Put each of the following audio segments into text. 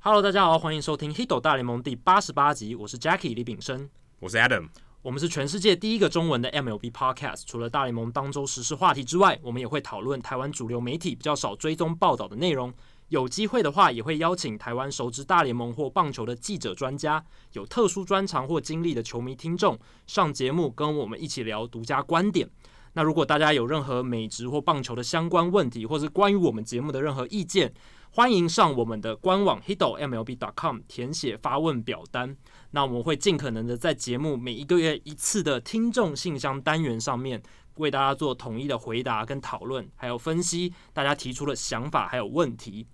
Hello，大家好，欢迎收听《h i t o 大联盟》第八十八集，我是 Jackie 李炳生，我是 Adam。我们是全世界第一个中文的 MLB Podcast。除了大联盟当周时事话题之外，我们也会讨论台湾主流媒体比较少追踪报道的内容。有机会的话，也会邀请台湾熟知大联盟或棒球的记者、专家，有特殊专长或经历的球迷听众上节目，跟我们一起聊独家观点。那如果大家有任何美职或棒球的相关问题，或是关于我们节目的任何意见，欢迎上我们的官网 hito mlb.com 填写发问表单。那我们会尽可能的在节目每一个月一次的听众信箱单元上面，为大家做统一的回答跟讨论，还有分析大家提出的想法还有问题。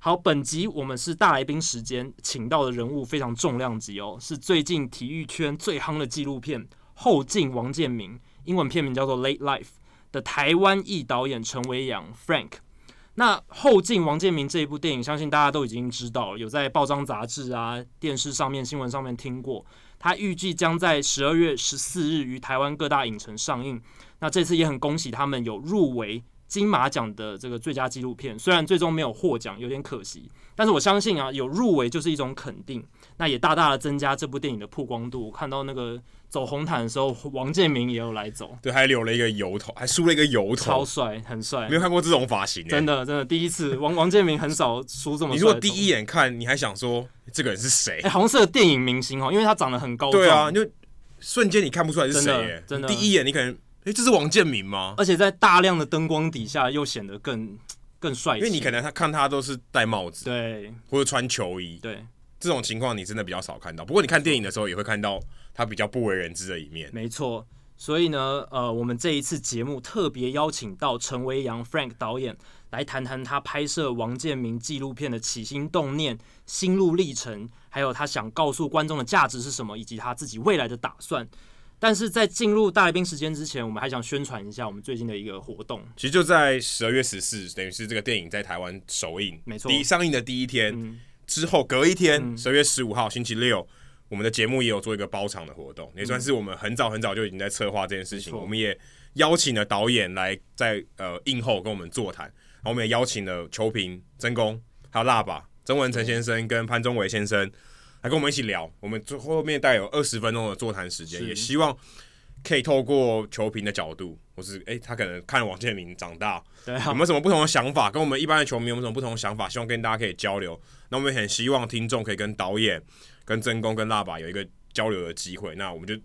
好，本集我们是大来宾时间，请到的人物非常重量级哦，是最近体育圈最夯的纪录片《后进王建民》，英文片名叫做《Late Life》的台湾裔导演陈维阳 Frank。那《后进王建民》这一部电影，相信大家都已经知道了，有在报章杂志啊、电视上面、新闻上面听过。它预计将在十二月十四日于台湾各大影城上映。那这次也很恭喜他们有入围金马奖的这个最佳纪录片，虽然最终没有获奖，有点可惜。但是我相信啊，有入围就是一种肯定，那也大大的增加这部电影的曝光度。我看到那个走红毯的时候，王建民也有来走，对，还留了一个油头，还梳了一个油超头，帅，很帅没。有看过这种发型、欸，真。的，真的，第一次王王建民很少梳这么帅的头。你如果第一眼看，你还想说这个人是谁哎、？好像是个电影明星哦，因为他长得很高壮，对啊，你就瞬间你看不出来是谁、欸，真的真的第一眼你可能，哎、这是王建民吗？而且在大量的灯光底下又显得更更帅气，因为你可能他看他都是戴帽子对或者穿球衣，对，这种情况你真的比较少看到。不过你看电影的时候也会看到他比较不为人知的一面。没错。所以呢，呃，我们这一次节目特别邀请到陈维阳 Frank 导演来谈谈他拍摄王建民纪录片的起心动念、心路历程，还有他想告诉观众的价值是什么，以及他自己未来的打算。但是在进入大来宾时间之前，我们还想宣传一下我们最近的一个活动。其实就在十二月十四，等于是这个电影在台湾首映，没错嗯第一上映的第一天、之后，隔一天，十二、月十五号星期六，我们的节目也有做一个包场的活动，也算是我们很早很早就已经在策划这件事嗯情。错我们也邀请了导演来在呃映后跟我们座谈，然后我们也邀请了球评曾公还有辣爸曾文成先生跟潘宗维先生来跟我们一起聊。我们最后面大概有二十分钟的座谈时间，是也希望。可以透过球评的角度，或是诶、他可能看王建民长大，对啊有没有什么不同的想法？跟我们一般的球迷有没有什么不同的想法？希望跟大家可以交流。那我们也很希望听众可以跟导演、跟真公、跟辣爸有一个交流的机会。那我们就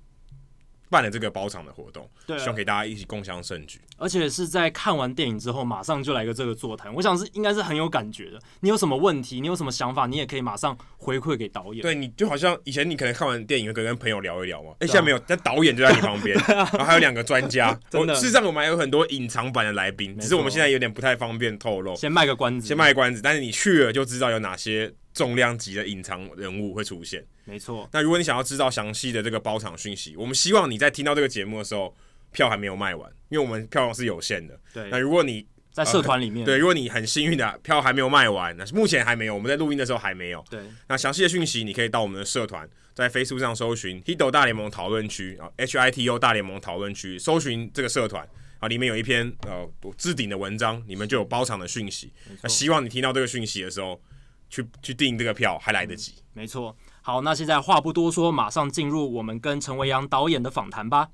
办了这个包场的活动，对啊希望给大家一起共享盛举。而且是在看完电影之后，马上就来个这个座谈，我想是应该是很有感觉的。你有什么问题，你有什么想法，你也可以马上回馈给导演。对，你就好像以前你可能看完电影会跟朋友聊一聊嘛，啊哎、现在没有，但导演就在你旁 边，然后还有两个专家。真的我事实上我们还有很多隐藏版的来宾，只是我们现在有点不太方便透露。先卖个关子，先，卖关子，但是你去了就知道有哪些重量级的隐藏人物会出现。没错，那如果你想要知道详细的这个包场讯息，我们希望你在听到这个节目的时候，票还没有卖完，因为我们票是有限的。对嗯那，如果你在社团里面，对，如果你很幸运的票还没有卖完，那目前还没有，我们在录音的时候还没有。对那详细的讯息你可以到我们的社团，在 Facebook 上搜寻 Hito 大联盟讨论区啊，H I T O 大联盟讨论区，搜寻这个社团啊，里面有一篇呃置顶的文章，里面就有包场的讯息。那希望你听到这个讯息的时候，去去订这个票还来得及。没错。好，那现在话不多说，马上进入我们跟陈维阳导演的访谈吧。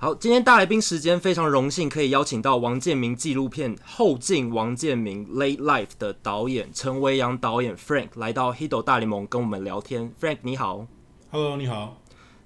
好，今天大来宾时间非常荣幸可以邀请到王建民纪录片《后进王建民 Late Life》的导演陈维阳导演 Frank 来到 Hido 大联盟跟我们聊天。Frank 你好。 Hello，你好。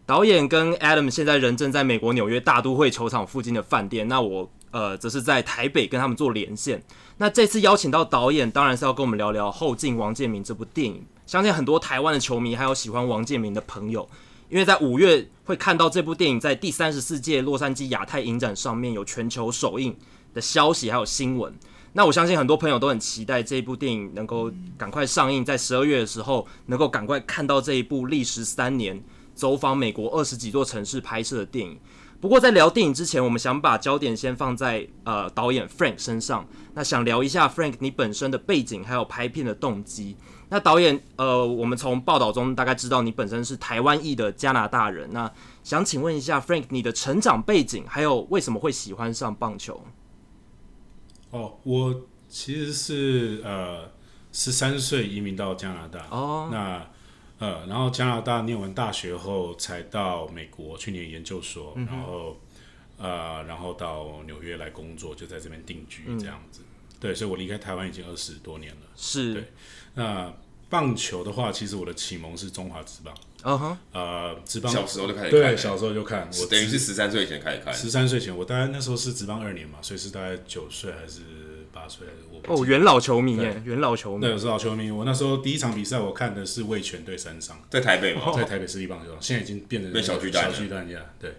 导演跟 Adam 现在人正在美国纽约大都会球场附近的饭店，那我呃则是在台北跟他们做连线。那这次邀请到导演，当然是要跟我们聊聊《后进王建民》这部电影。相信很多台湾的球迷还有喜欢王建民的朋友，因为在五月会看到这部电影在第三十四届洛杉矶亚太影展上面有全球首映的消息，还有新闻。那我相信很多朋友都很期待这部电影能够赶快上映，在十二月的时候能够赶快看到这一部历时三年走访美国二十几座城市拍摄的电影。不过在聊电影之前，我们想把焦点先放在呃导演 Frank 身上。那想聊一下 Frank 你本身的背景，还有拍片的动机。那导演，呃，我们从报道中大概知道你本身是台湾裔的加拿大人。那想请问一下 Frank，你的成长背景，还有为什么会喜欢上棒球？哦，我其实是呃十三岁移民到加拿大，哦那呃，然后加拿大念完大学后才到美国去念研究所，然后呃，然后到纽约来工作，就在这边定居这样子。对，所以我离开台湾已经二十多年了。是对，那棒球的话，其实我的启蒙是中华职棒，嗯 Uh-huh 哼，呃，职棒小时候就开始看对，了小时候就看，我嗯等于是十三岁以前开始看，十三岁前，我大概那时候是职棒二年嘛，所以是大概九岁还是八岁还是我不哦，记得元老球迷耶，元老球迷那。个是老球迷，我那时候第一场比赛我看的是味全对三上，在台北嘛，在台北市立棒球场，现在已经变成变哦小巨蛋了小巨蛋呀，对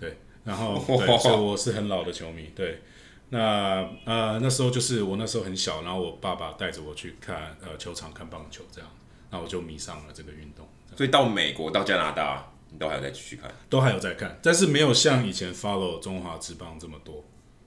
对。然 后对，所以我是很老的球迷，对。那呃那时候就是我那时候很小，然后我爸爸带着我去看呃球场看棒球这样，那我就迷上了这个运动，所以到美国到加拿大，你都还有再继续看，都还有在看，但是没有像以前 follow 中华职棒这么多。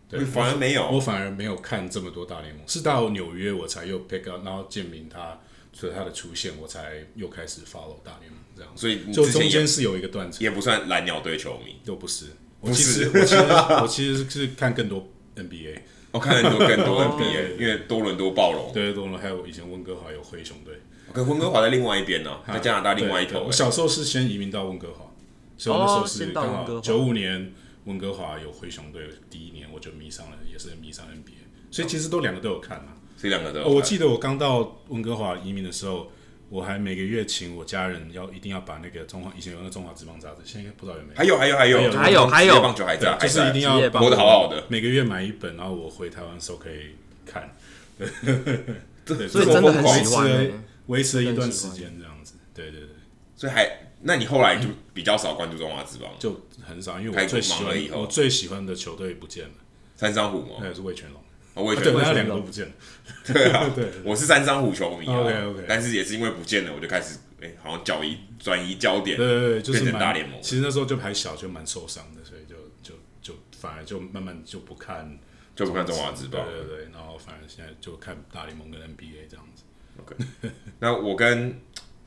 对，反而没我有。反而没有看这么多大联盟，是到纽约我才又 pick up，然后建明他所以他的出现，我才又开始 follow 大联盟这样。所以你就之中前也间是有一个断层，也不算蓝鸟队球迷，都不是。我其实我其实我其实是看更多 NBA，我看很多更多 NBA，对因为多伦多暴龙，对，多伦还有以前温哥华有灰熊队，跟温哥华在另外一边呢，在加拿大另外一对对头我。小时候是先移民到温哥华，所以我那时候哦是先到刚温哥好华九五年温哥华有灰熊队，第一年我就迷上了，也是迷上 NBA，所以其实都两个都有看嘛。这两个都有哦，看我记得我刚到温哥华移民的时候，我还每个月请我家人要一定要把那个中华以前有那中华职棒杂志，现在应该不知道有没有，还有还有还有还有还有职业棒球还在，对啊就是还在一定职业要棒活得好好的。每个月买一本，然后我回台湾的时候可以 看，对，所以这真的很维喜持欢了耶维持了一段时真间这样子，对对对，所以还，那你后来就比较少关注中华职棒，就很少，因为开我始最喜忙了以欢后我最喜欢的球队不见了，三山虎嘛那，也是魏全龙，啊哦我也觉对，得那两个都不见了，对啊， 对我是三山虎球迷啊 OK，OK 但是也是因为不见了，我就开始哎，好像转移转移焦点，对对对，就是变成蛮大联盟了其实那时候就还小，就蛮受伤的，所以就就就反而就慢慢就不看。就不看中华职棒。对对对，然后反而现在就看大联盟跟 NBA 这样子。那我跟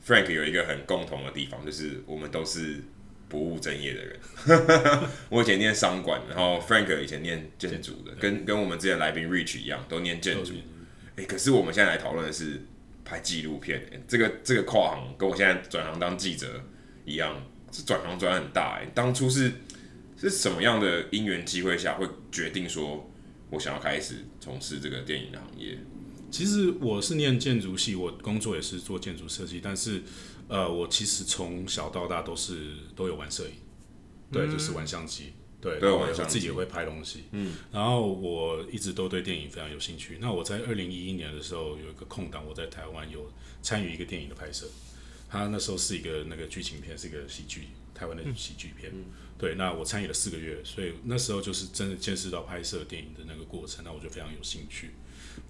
Frank 有一个很共同的地方，就是我们都是不务正业的人。 我以前念商管，然后 Frank 以前念建筑的，跟跟我们之前来宾 Rich 一样，都念建都筑是。哎、可是我们现在来讨论的是拍纪录片、诶这个这个跨行跟我现在转行当记者一样，这转行转很大、诶当初是是什么样的因缘机会下会决定说我想要开始从事这个电影行业？其实我是念建筑系，我工作也是做建筑设计，但是呃，我其实从小到大都是都有玩摄影，对，就是玩相机，对，嗯都有然后玩相我自己机也会拍东西，嗯，然后我一直都对电影非常有兴趣。那我在二零一一年的时候有一个空档，我在台湾有参与一个电影的拍摄，它那时候是一个那个剧情片，是一个喜剧，台湾的喜剧片。嗯对，那我参与了四个月，所以那时候就是真的见识到拍摄电影的那个过程，那我就非常有兴趣。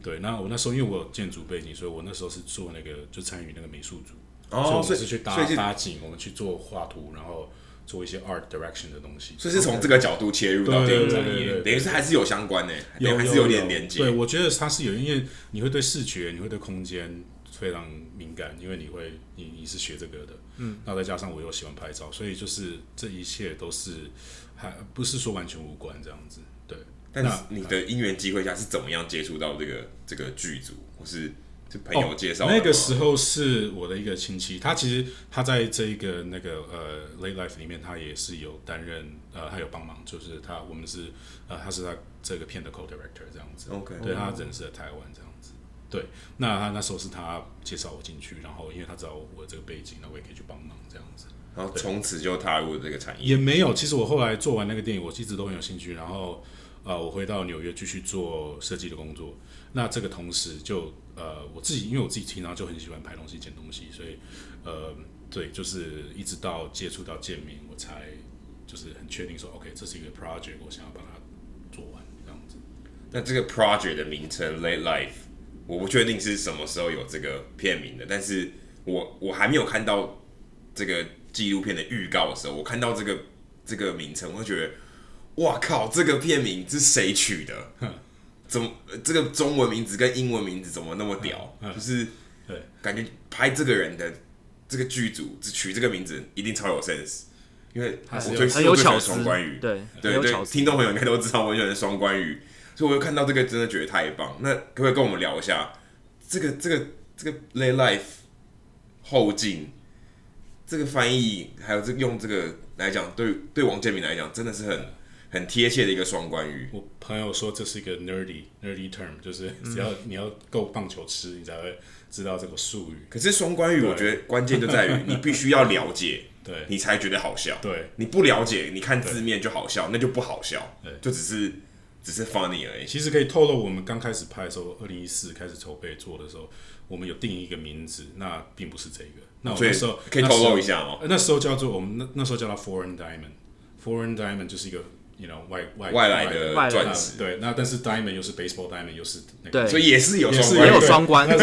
对，那我那时候因为我有建筑背景，所以我那时候是做那个就参与那个美术组，所以我哦所们以是去搭所以是搭景，我们去做画图，然后做一些 art direction 的东西。所以是从这个角度切入到电影产对对对业，对等于是还是有相关的、有还是有点连接。对，我觉得它是有，因为你会对视觉，你会对空间非常敏感，因为你会你你是学这个的，嗯，那再加上我又喜欢拍照，所以就是这一切都是还不是说完全无关这样子，对。但是那你的因缘机会下是怎么样接触到这个这个剧组，或是是朋友介绍的吗、哦那个时候是我的一个亲戚，他其实他在这一个那个呃 late life 里面，他也是有担任呃，他有帮忙，就是他我们是呃，他是他这个片的 co director 这样子。 OK 对他人是在台湾这样子。对，那他那时候是他介绍我进去，然后因为他知道我这个背景，那我也可以去帮忙这样子。然后从此就踏入这个产业。也没有，其实我后来做完那个电影，我一直都很有兴趣。然后，呃，我回到纽约继续做设计的工作。那这个同时就，呃，我自己因为我自己平常就很喜欢拍东西、剪东西，所以，呃，对，就是一直到接触到建明，我才就是很确定说，OK，这是一个 project，我想要把它做完这样子。那这个 project 的名称 Late Life，我不确定是什么时候有这个片名的，但是我我还没有看到这个纪录片的预告的时候，我看到这个这个名称，我就觉得，哇靠，这个片名是谁呃嗯取的？怎么这个中文名字跟英文名字怎么那么屌？就是对，感觉拍这个人的这个剧组只取这个名字一定超有 sense，因为我是有最很有我最喜巧欢思双关语，，对，很对有巧对，思。听众朋友应该都知道我很喜欢双关语，所以我就看到这个真的觉得太棒。那可不可以跟我们聊一下这个这个这个 lay life 后劲，这个翻译还有这用这个来讲，对对王建民来讲真的是很很贴切的一个双关语。我朋友说这是一个 nerdy nerdy term，就是 只要你要够棒球吃，你才会知道这个术语。可是双关语，我觉得关键就在 于你必须要了解，对你才觉得好笑。对你不了解，你看字面就好笑，那就不好笑，就只是只是 funny 而已。其实可以透露，我们刚开始拍的时候，二零一四开始筹备做的时候，我们有定一个名字，那并不是这个。那我所以哦那时候可以那时候透露一下哦吗呃那时候叫做我们那那时候叫它 Foreign Diamond。Foreign Diamond 就是一个，you know，外外外来的外来的钻那石，对，那但是 Diamond 又是 Baseball Diamond 又是那对个，所以也是有嗯也双是关也语有。双关那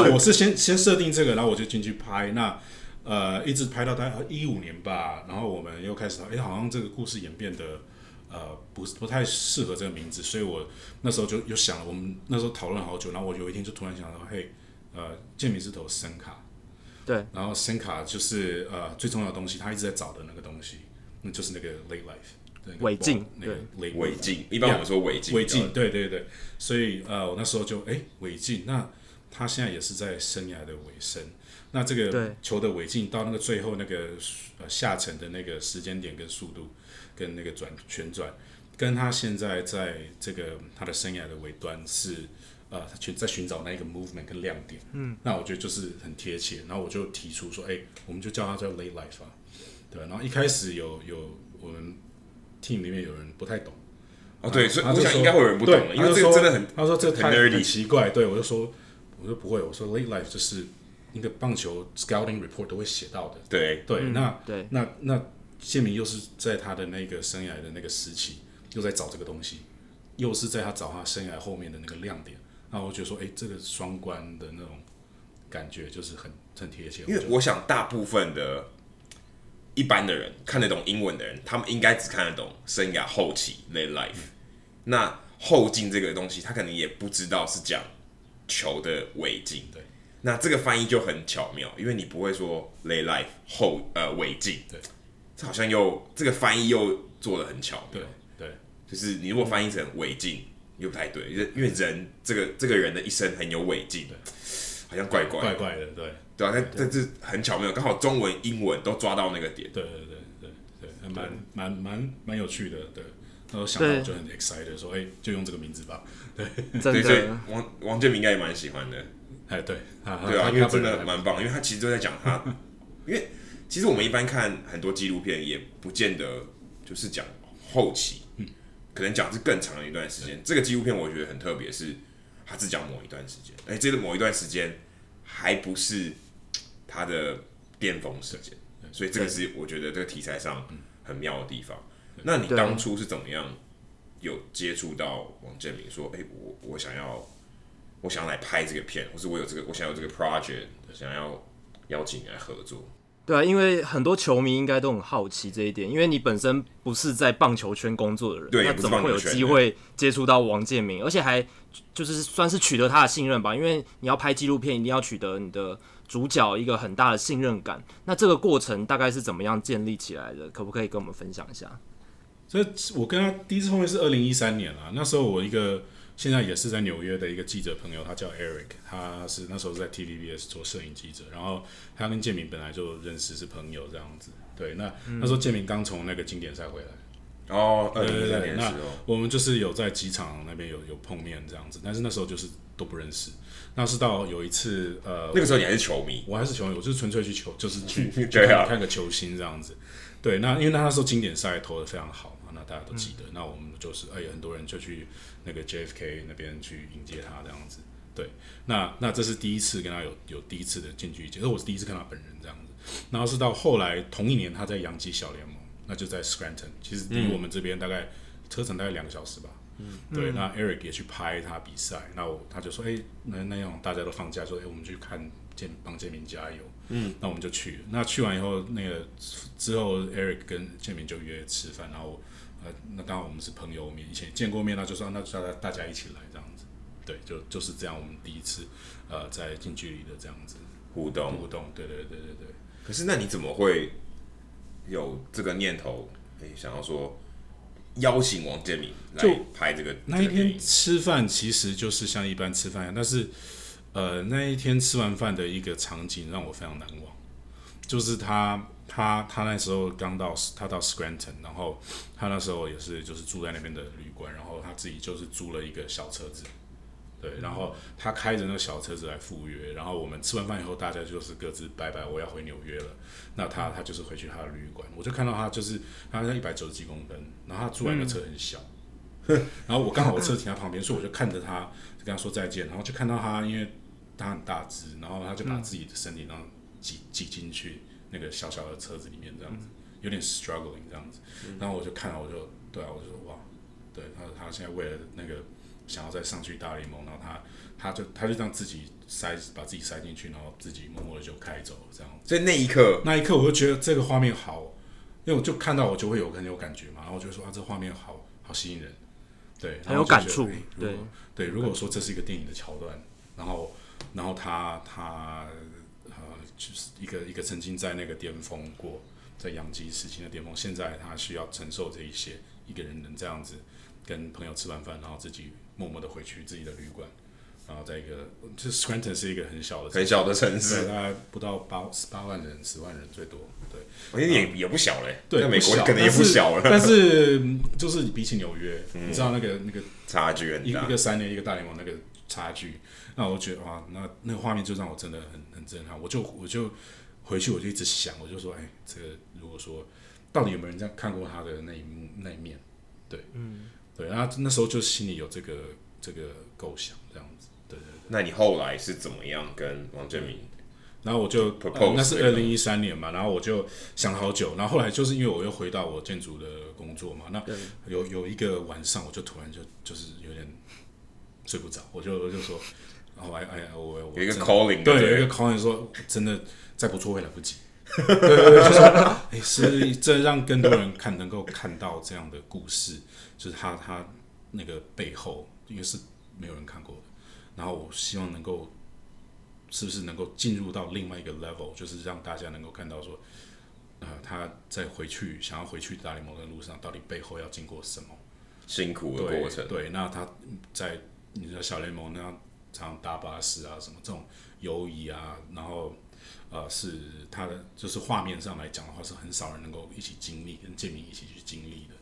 候是我是先先设定这个，然后我就进去拍，那呃一直拍到大概一五年吧，然后我们又开始，哎、好像这个故事演变的呃不不太适合这个名字，所以我那时候就又想了，我们那时候讨论好久，然后我有一天就突然想到，嘿，呃，建明是投声卡，对，然后声卡就是呃最重要的东西，他一直在找的那个东西，那就是那个 late life，对那个违禁 ball，那个 late 违 life 禁，一般我们说违禁，违禁，对对对，所以呃，我那时候就哎违禁，那他现在也是在生涯的尾声，那这对个球的违禁到那个最后那个呃下沉的那个时间点跟速度跟那个转旋转，跟他现在在这个他的生涯的尾端是呃他去在寻找那一个 movement 跟亮点，嗯，那我觉得就是很贴切，然后我就提出说，哎，我们就叫他叫 late life 啊，对，然后一开始有有我们 team 里面有人不太懂。哦，对，所以他我就想说应该会有人不懂对了，因为他就这个说真的很他说这个很太 nerdy 很奇怪，对我就说，我说不会，我说 late life 就是那个棒球 scouting report 都会写到的，对，对，那嗯对那那谢明又是在他的那个生涯的那个时期，又在找这个东西，又是在他找他生涯后面的那个亮点，那我觉得说，哎，这个双关的那种感觉就是很很贴切，因为觉得我想大部分的一般的人看得懂英文的人，他们应该只看得懂生涯后期 late life，、那后劲这个东西，他可能也不知道是讲球的尾劲，对，那这个翻译就很巧妙，因为你不会说 late life 后呃尾劲，对，这好像又这个翻译又做的很巧妙对，对就是你如果翻译成违禁，又不太对，因为因为人这个这个人的一生很有违禁，好像怪怪怪的，怪的，对对啊，但但是很巧妙，刚好中文、英文都抓到那个点。对对对对对，还蛮蛮蛮蛮有趣的，对。然后想对到我就很 excited，说哎、就用这个名字吧。真对，所以的，王王建民应该也蛮喜欢的，哎，对，啊对啊，他因为他本真人还的不蛮棒，因为他其实都在讲 他，因为其实我们一般看很多纪录片，也不见得就是讲后期，嗯可能讲是更长的一段时间。这个纪录片我觉得很特别，是他只讲某一段时间，而且这个某一段时间还不是他的巅峰时间，所以这个是我觉得这个题材上嗯很妙的地方。那你对当初是怎么样有接触到王建民？说，哎、我我想要，我想要来拍这个片，或是我有这个，我想要有这个 project，想要邀请你来合作。对啊，因为很多球迷应该都很好奇这一点，因为你本身不是在棒球圈工作的人，对那也不是怎么会有棒球圈机会接触到王建民，而且还就是算是取得他的信任吧？因为你要拍纪录片，一定要取得你的主角一个很大的信任感。那这个过程大概是怎么样建立起来的？可不可以跟我们分享一下？所以我跟他第一次碰面是二零一三年啊，那时候我一个现在也是在纽约的一个记者朋友，他叫 Eric，他是那时候在 TVBS 做摄影记者，然后他跟建明本来就认识是朋友这样子。对，那、那时候建明刚从那个经典赛回来，哦，二对零对一三对，年的那时候，我们就是有在机场那边有有碰面这样子，但是那时候就是都不认识。那是到有一次呃，那个时候你还是球迷，我还是球迷，我就是纯粹去球，就 是去去对啊看看个球星这样子。对，那因为那时候经典赛投的非常好嘛，那大家都记得。嗯那我们就是哎，很多人就去那个 JFK 那边去迎接他这样子。对，那那这是第一次跟他有有第一次的近距离接触，我是第一次看他本人这样子。然后是到后来同一年他在洋基小联盟，那就在 Scranton，其实嗯离我们这边大概、车程大概两个小时吧。对，那 Eric 也去拍他比赛，那我他就说，哎、那那样大家都放假，说，哎、我们去看建帮建明加油，嗯，那我们就去了。那去完以后，那个之后 Eric 跟建明就约吃饭，然后呃，那刚好我们是朋友，我们以前见过面，那就说，啊那就大家大家一起来这样子。对，就就是这样，我们第一次呃在近距离的这样子互动互。动，对对对对对。可是那你怎么会有这个念头？哎、想要说邀请王建民来就拍这个那一这个电天影吃饭其实就是像一般吃饭一样，但是呃，那一天吃完饭的一个场景让我非常难忘，就是他他他那时候刚到他到 Scranton，然后他那时候也是就是住在那边的旅馆，然后他自己就是租了一个小车子。对，然后他开着那个小车子来赴约，然后我们吃完饭以后，大家就是各自拜拜，我要回纽约了。那他他就是回去他的旅馆，我就看到他就是他那一百九十几公分，然后他住在那车很小，然后我刚好我车停在旁边，所以我就看着他，就跟他说再见，然后就看到他，因为他很大只，然后他就把自己的身体然后挤挤进去那个小小的车子里面，这样子有点 struggling 这样子，然后我就看到我就对啊，我就说哇，对他他现在为了那个想要再上去大联盟，然后他他就他就让自己塞把自己塞进去，然后自己默默的就开走这样所以那一刻，那一刻我就觉得这个画面好，因为我就看到我就会有很有感觉嘛，然后我就说啊，这画面好好吸引人，对，很然后有就觉得感触哎如对果对，如果说这是一个电影的桥段，然后然后他他呃就是一个一个曾经在那个巅峰过，在养鸡时期的巅峰，现在他需要承受这一些，一个人能这样子跟朋友吃完饭，然后自己默默的回去自己的旅馆。然后在一个，就 Scranton 是一个很小的城很市小的城对，市，大概不到八八万人、十万人最多。对我觉得也也不小嘞、对，在美国不小可能也不小但了，是但是嗯就是比起 纽约，你知道那个那个差距很一个大一个。三年一个大联盟那个差距，那我觉得哇，那那个画面就让我真的很很震撼。我就我就回去我就一直想，我就说，哎，这个如果说到底有没有人这样看过他的那一幕那一面？对，嗯，对，然后那时候就心里有这个这个构想这样子，对对对。那你后来是怎么样跟王建民？嗯然后我就、 Propose 呃那是这二个零一三年嘛，然后我就想了好久，然后后来就是因为我又回到我建筑的工作嘛，那有有一个晚上我就突然就就是有点睡不着，我就我就说，哦哎哎我我有一个真的 calling，对，对有一个 calling 说真的再不做会来不及，对对对，就是哎是这让更多人看能够看到这样的故事，就是他他那个背后，因为是没有人看过的，然后我希望能够是不是能够进入到另外一个 level，就是让大家能够看到说，呃，他在回去想要回去大联盟的路上，到底背后要经过什么？辛苦的对过程，对，那他在你知道小联盟那样常常搭巴士啊，什么这种游移啊，然后呃是他的就是画面上来讲的话，是很少人能够一起经历，跟建明一起去经历的。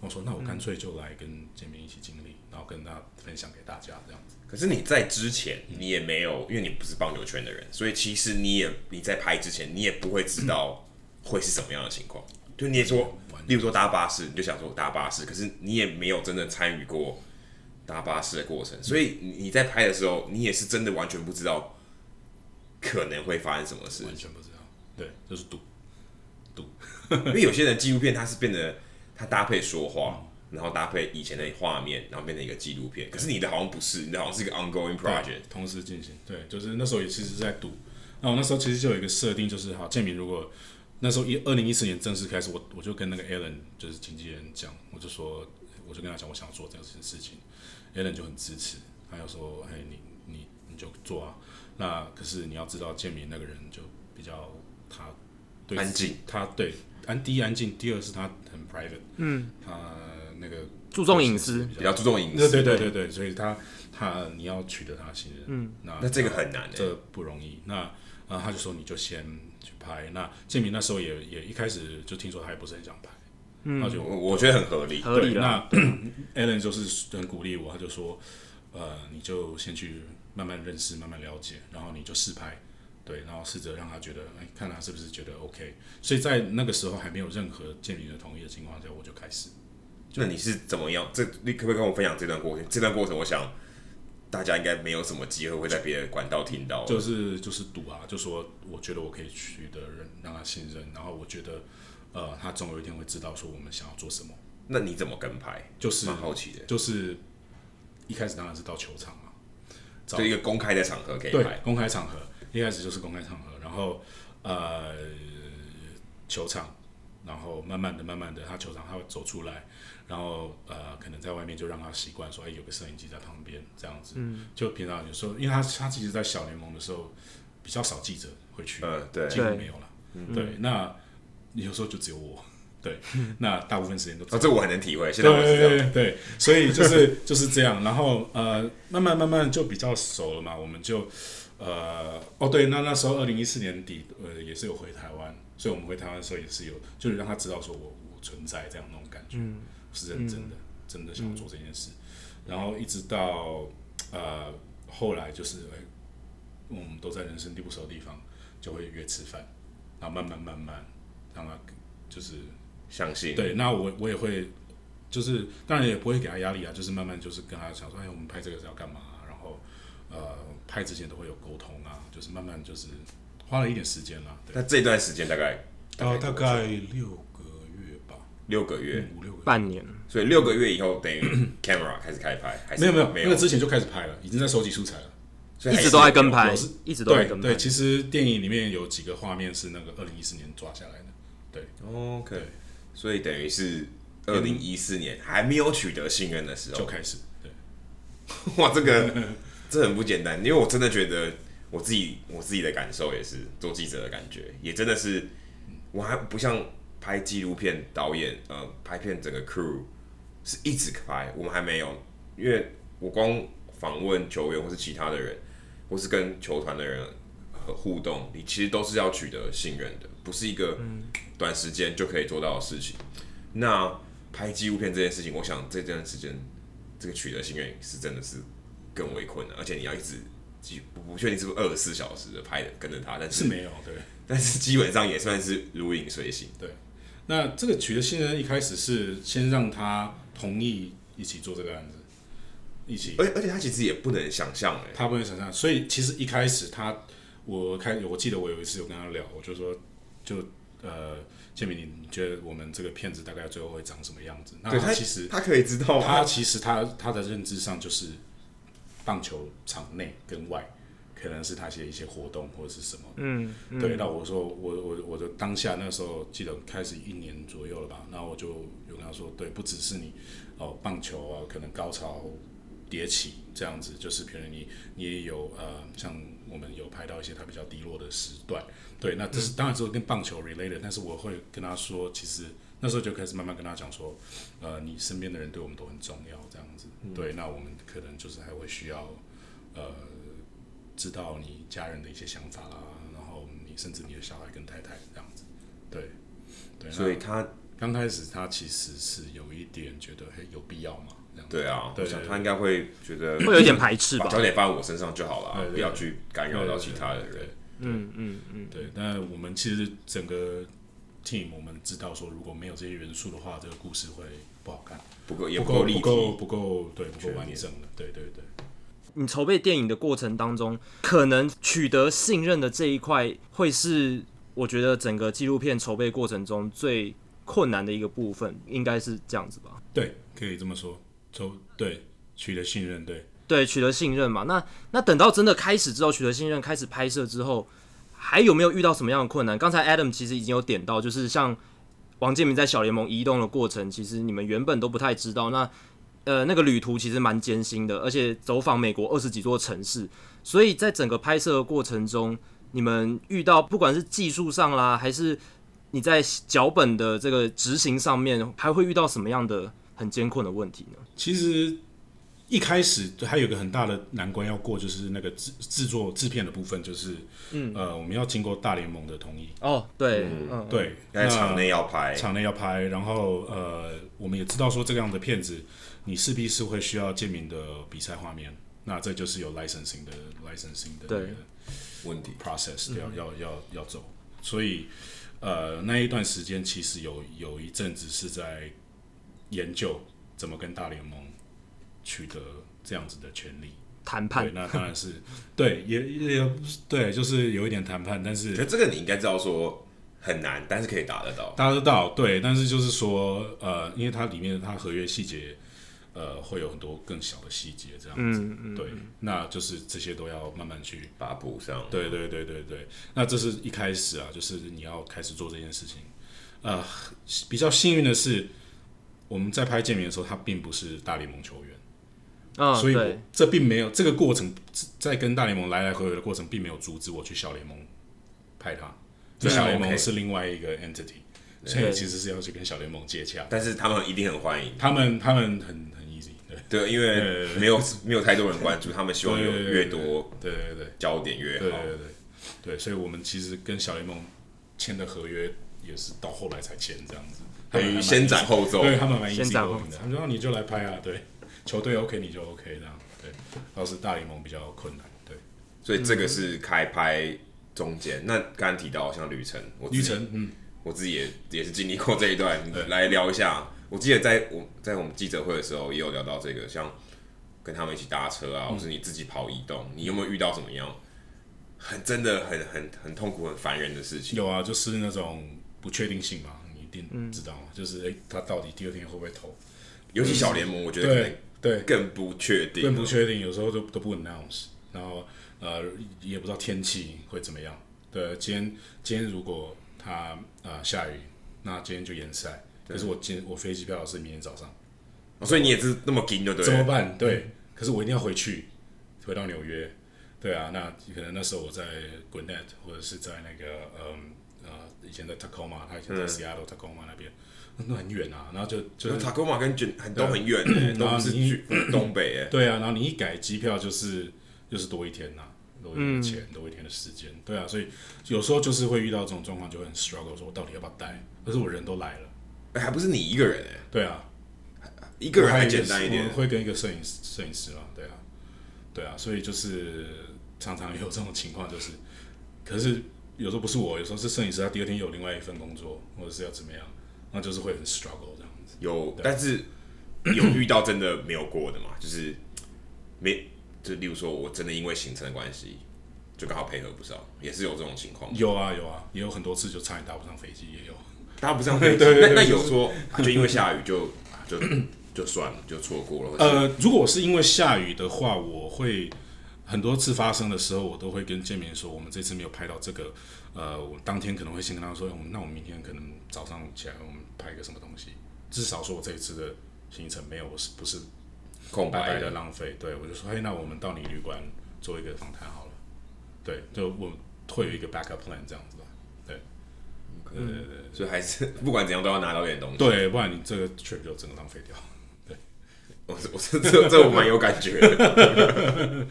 我说，那我嗯干脆就来跟建明一起经历，然后跟他分享给大家这样子。可是你在之前，你也没有，因为你不是棒球圈的人，所以其实你也你在拍之前，你也不会知道会是什么样的情况。就你也说，例如说搭巴士，你就想说搭巴士，可是你也没有真的参与过搭巴士的过程，所以你你在拍的时候，你也是真的完全不知道可能会发生什么事。完全不知道，对，就是赌。因为有些人纪录片它是变得它搭配说话，然后搭配以前的画面，然后变成一个纪录片。可是你的好像不是，你的好像是一个 ongoing 对 project。同时进行。对，就是那时候也其实是在赌。那我那时候其实就有一个设定，就是好，建明如果那时候一二零一四年正式开始，我我就跟那个 Alan 就是经纪人讲，我就说，我就跟他讲我想要做这件事情，Alan 就很支持，他就说，哎，你你你就做啊。那可是你要知道，建明那个人就比较他对安自己静，他对安第一安静，第二是他很 private，嗯，他那个注重隐私比较注重隐对私，对对对对，所以他他你要取得他的信任，嗯，那那这个很难的、欸这不容易。那啊、呃他就说你就先去拍。那建明那时候也也一开始就听说他也不是很想拍，嗯，他就我我觉得很合理。合理啦。那 Alan 就是很鼓励我，他就说，呃，你就先去慢慢认识、慢慢了解，然后你就试拍，对，然后试着让他觉得，哎，看他是不是觉得 OK。所以在那个时候还没有任何建明的同意的情况下，我就开始。那你是怎么样？这你可不可以跟我分享这段过程？这段过程，我想大家应该没有什么机会会在别的管道听到。就是就是赌啊，就说我觉得我可以取得人让他信任，然后我觉得呃他总有一天会知道说我们想要做什么，那你怎么跟拍？就是蛮好奇的，就是一开始当然是到球场嘛，找就一个公开的场合可以对拍，，公开场合一开始就是公开场合，然后呃球场，然后慢慢的、慢慢的，他球场他会走出来，然后呃，可能在外面就让他习惯说，哎，有个摄影机在旁边这样子。嗯，就平常有时候，因为他他其实，在小联盟的时候比较少记者会去，嗯对几乎对没有了。对，那有时候就只有我。对，那大部分时间都只有哦，这我很能体会。现在我是这对样，对对，所以就是就是这样，然后呃，慢慢慢慢就比较熟了嘛，我们就呃，哦对，那那时候二零一四年底，呃，也是有回台湾，所以我们回台湾的时候也是有，就是让他知道说我我存在这样那种感觉，是认真的，真的想做这件事，然后一直到呃后来就是哎、我们都在人生地不熟的地方，就会约吃饭，然后慢慢慢慢让他就是。相信对，那我我也会，就是当然也不会给他压力啊，就是慢慢就是跟他讲说，哎，我们拍这个是要干嘛啊、然后呃，拍之前都会有沟通啊，就是慢慢就是花了一点时间啦，对，那这段时间大概然哦后大概嗯六个月吧，六个月，五六个月，半年，所以六个月以后等于 camera 开始开拍，还是没有没有，没那个之前就开始拍了，已经在收集素材了。所以一还是直都在跟拍有时，一直都在对跟对，拍。其实电影里面有几个画面是那个二零一四年抓下来的，对，哦 OK，所以等于是二零一四年还没有取得信任的时哦就候，开始，对， 哇，这个这很不简单，因为我真的觉得我自己我自己的感受也是做记者的感觉，也真的是我还不像拍纪录片导演，呃，拍片整个 crew 是一直拍，我们还没有，因为我光访问球员或是其他的人，或是跟球团的人和互动，你其实都是要取得信任的，不是一个短时间就可以做到的事情。那拍纪录片这件事情，我想这段时间这个取得信任是真的是更为困难，而且你要一直几不不确定是不是二十四小时的拍的跟着他，但是是没有对。但是基本上也算是如影随形。那这个取得信任一开始是先让他同意一起做这个案子，一起而且而且他其实也不能想象哎、他不会想象，欸所以其实一开始他，我开我记得我有一次有跟他聊，我就说，就呃，建明，你觉得我们这个片子大概最后会长什么样子？那对他其实他可以知道他啊他其实他他的认知上就是棒球场内跟外，可能是他一些一些活动或者是什么。嗯，对。那我说我我我的当下那时候记得开始一年左右了吧，那我就有跟他说，对，不只是你哦，棒球啊，可能高潮迭起这样子，就是可能你你也有呃，像我们有拍到一些他比较低落的时段。对，那这是、当然是跟棒球 related，但是我会跟他说，其实那时候就开始慢慢跟他讲说，呃，你身边的人对我们都很重要，这样子。对，那我们可能就是还会需要，呃，知道你家人的一些想法啦，然后你甚至你的小孩跟太太这样子。对，对。所以那他刚开始他其实是有一点觉得，嘿，有必要吗？这样子。对啊，对我想他应该会觉得会有一点排斥把 吧？焦点放在我身上就好了啊、对对对不要去干扰到其他的对人。嗯嗯嗯，对，但我们其实整个 team 我们知道说，如果没有这些元素的话，这个故事会不好看，不够也不够够立不体，够不够对不全够完面整的，对对对，你筹备电影的过程当中，可能取得信任的这一块，会是我觉得整个纪录片筹备过程中最困难的一个部分，应该是这样子吧？对，可以这么说，就对取得信任，对，对，取得信任嘛。那那等到真的开始之后，取得信任，开始拍摄之后，还有没有遇到什么样的困难？刚才 Adam 其实已经有点到，就是像王建民在小联盟移动的过程，其实你们原本都不太知道。那呃，那个旅途其实蛮艰辛的，而且走访美国二十几座城市，所以在整个拍摄的过程中，你们遇到不管是技术上啦，还是你在脚本的这个执行上面，还会遇到什么样的很艰困的问题呢？其实一开始还有一个很大的难关要过，就是那个制制作制片的部分，就是嗯呃，我们要经过大联盟的同意，哦，对，嗯，对，在那场内要拍，场内要拍，然后呃，我们也知道说这样的片子，你势必是会需要建民的比赛画面，那这就是有 licensing 的 licensing 的那对个嗯问题 process 要、要要要走，所以呃那一段时间其实有有一阵子是在研究怎么跟大联盟取得这样子的权利，谈判对，那当然是对也也不是对，就是有一点谈判，但是可是这个你应该知道说很难，但是可以达得到。大家知道，对，但是就是说，呃，因为它里面它合约细节，呃，会有很多更小的细节这样子，对，那就是这些都要慢慢去，把它补上，对对对对对，那这是一开始啊，就是你要开始做这件事情，呃，比较幸运的是，我们在拍《建民》的时候，他并不是大联盟球员，嗯，所以我对，这并没有这个过程，在跟大联盟来来回回的过程，并没有阻止我去小联盟拍他。嗯所以小联 OK 盟是另外一个 entity，所以其实是要去跟小联盟接洽。但是他们一定很欢迎，他们他们很很 easy，对对，因为没有没有太多人关注，他们希望有对越多对对对焦点越对对好。对对对，所以我们其实跟小联盟签的合约也是到后来才签这样子，等于先斩后奏，对他们蛮先 easy 斩 going 后的，他们说、啊、你就来拍啊，对，球队 OK 你就 OK 这样，对，倒是大联盟比较困难，对，所以这个是开拍中间。那刚刚提到像旅程，我自己旅程，嗯，我自己也也是经历过这一段，来聊一下。我记得在我在我们记者会的时候也有聊到这个，像跟他们一起搭车嗯啊，或是你自己跑移动，你有没有遇到什么样很真的很很很痛苦、很烦人的事情？有啊，就是那种不确定性嘛，你一定知道嘛，就是哎、诶他到底第二天会不会投，尤其小联盟，我觉得可能对对，更不确定，啊更不确定，有时候都都不 announce，然后呃也不知道天气会怎么样。对，今天今天如果它呃下雨，那今天就延赛。可是我今我飞机票是明天早上，哦所以你也是那么紧的，对怎了么办？对，可是我一定要回去，回到纽约。对啊，那可能那时候我在 Gwinnett 或者是在那个嗯呃以前在 Tacoma，他以前在 Seattle、Tacoma 那边，那很远啊，然后就就那是塔科马跟卷很都很远欸，都然后不是嗯你去东北哎。对啊，然后你一改机票就是就是多一天呐、啊多一天的钱，多一天的时间，对啊，所以有时候就是会遇到这种状况，就会很 struggle，说我到底要不要待？可是我人都来了，哎还不是你一个人哎，对啊，一个人我还有简单一点我。会跟一个摄影师摄影师嘛，对啊，对啊，所以就是常常有这种情况，就是，可是有时候不是我，有时候是摄影师，他第二天有另外一份工作，或者是要怎么样，那就是会很 struggle 这样子。有，但是有遇到真的没有过 的嘛？就是没，就例如说我真的因为行程的关系，就刚好配合不上，也是有这种情况。有啊有啊，也有很多次就差点搭不上飞机，也有。大家不上飞机，对对那对那就是有说啊就因为下雨就啊就就算了，就错过了。或是呃，如果是因为下雨的话，我会很多次发生的时候，我都会跟建明说，我们这次没有拍到这个。呃，我当天可能会先跟他说，哎我们那我们明天可能早上起来，我们拍个什么东西，至少说我这一次的行程没有是不是空白白白的的，浪费。对我就说，嘿，那我们到你旅馆做一个访谈好了。对，就我会有一个 backup plan 这样子吧。所以还是不管怎样都要拿到点东西。对，不然你这个 trip 就整个浪费掉。我我这这这我蛮有感觉的。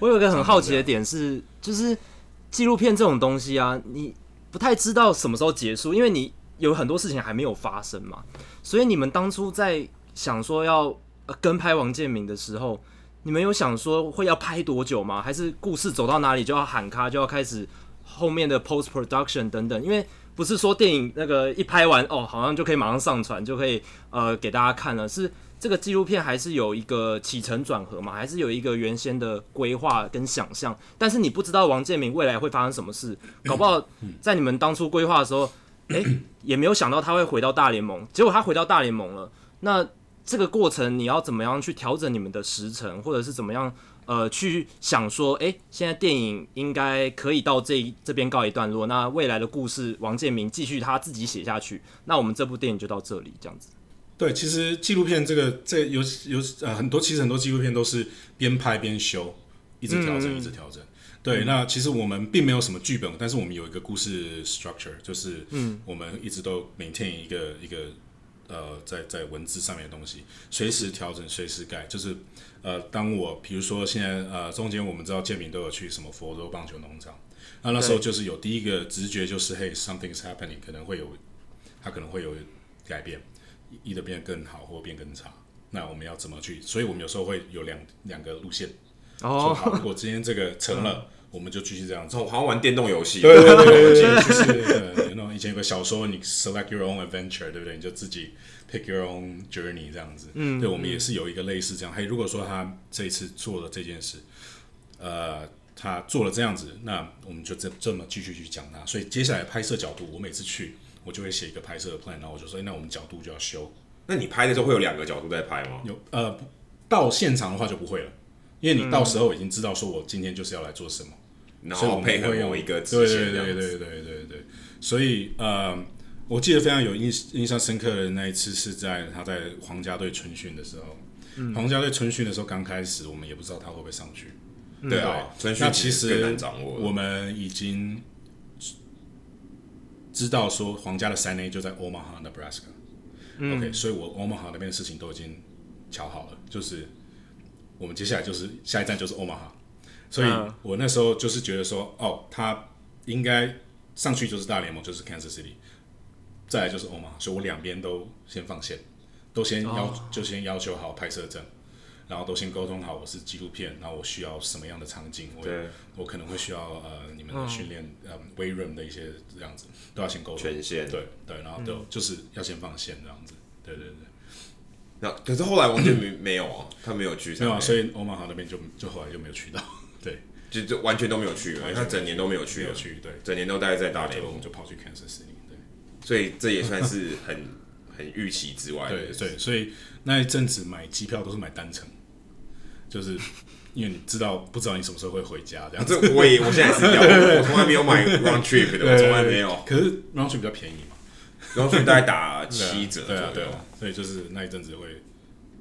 我有一个很好奇的点是，就是纪录片这种东西啊，你不太知道什么时候结束，因为你有很多事情还没有发生嘛。所以你们当初在想说要呃跟拍王建民的时候，你们有想说会要拍多久吗？还是故事走到哪里就要喊卡，就要开始后面的 post production 等等？因为不是说电影那个一拍完哦，好像就可以马上上传，就可以呃给大家看了。是这个纪录片还是有一个起承转合嘛？还是有一个原先的规划跟想象？但是你不知道王建民未来会发生什么事，搞不好在你们当初规划的时候，诶，也没有想到他会回到大联盟，结果他回到大联盟了。那这个过程你要怎么样去调整你们的时程，或者是怎么样呃去想说，诶，现在电影应该可以到这这边告一段落，那未来的故事王建民继续他自己写下去，那我们这部电影就到这里这样子。对，其实纪录片这个这有有呃很多，其实很多纪录片都是边拍边修，一直调整，一直调整。对，那其实我们并没有什么剧本，但是我们有一个故事 structure，就是嗯，我们一直都 maintain 一个一个呃在在文字上面的东西，随时调整，随时改。就是呃，当我比如说现在呃中间我们知道建明都有去什么佛州棒球农场，那那时候就是有第一个直觉就是嘿 something's happening，可能会有它可能会有改变。一的变得更好或变更差，那我们要怎么去？所以我们有时候会有两两个路线。说好，如果今天这个成了，我们就继续这样我做。好像玩电动游戏，对对对对对，就是呃，那以前有个小说，你 select your own adventure，对不对？你就自己 pick your own journey 这样子。嗯，对，我们也是有一个类似这样。嘿，如果说他这一次做了这件事，呃，他做了这样子，那我们就这这么继续去讲他。所以接下来拍摄角度，我每次去我就会写一个拍摄的 plan，然后我就说，哎那我们角度就要修。那你拍的时候会有两个角度在拍吗？有呃，不到现场的话就不会了，因为你到时候已经知道说我今天就是要来做什么，然所以我后们配合会用某一个对支对线这对样对子。对对对对，所以呃，我记得非常有印印象深刻的那一次是在他在皇家队春训的时候，嗯皇家队春训的时候刚开始，我们也不知道他会不会上去。对啊，春训那其实更难掌握了。我们已经知道说皇家的三 A 就在 Omaha Nebraska，OK，、OK，所以我 Omaha 那边的事情都已经瞧好了，就是我们接下来就是下一站就是 Omaha，所以嗯我那时候就是觉得说，哦，他应该上去就是大联盟，就是 Kansas City，再来就是 Omaha，所以我两边都先放线，都先要、就先要求好拍摄证。然后都先沟通好，我是纪录片，然后我需要什么样的场景，我对我可能会需要呃你们的训练、呃 weight room 的一些这样子都要先沟通权限对对，然后都、就是要先放线这样子，对对对，那可是后来王建 民没有啊，他没有去，没有啊，所以以欧马哈那边就就后来就没有 去到，对，就就完全都没有去了，完全没有他整年都没有去没有了，去，对，整年都待在大所联以我盟们，就跑去 Kansas City，对。所以这也算是很 很预期之外对的。对，所以那一阵子买机票都是买单程，就是 因为你知道不知道你什么时候会回家这 样子。这我也我现在也是一样， 我我从来没有买 round trip 的，我从来没有可是 round trip 比较便宜嘛， round trip 大概打对啊七折左对啊对右。啊，所以就是那一阵子会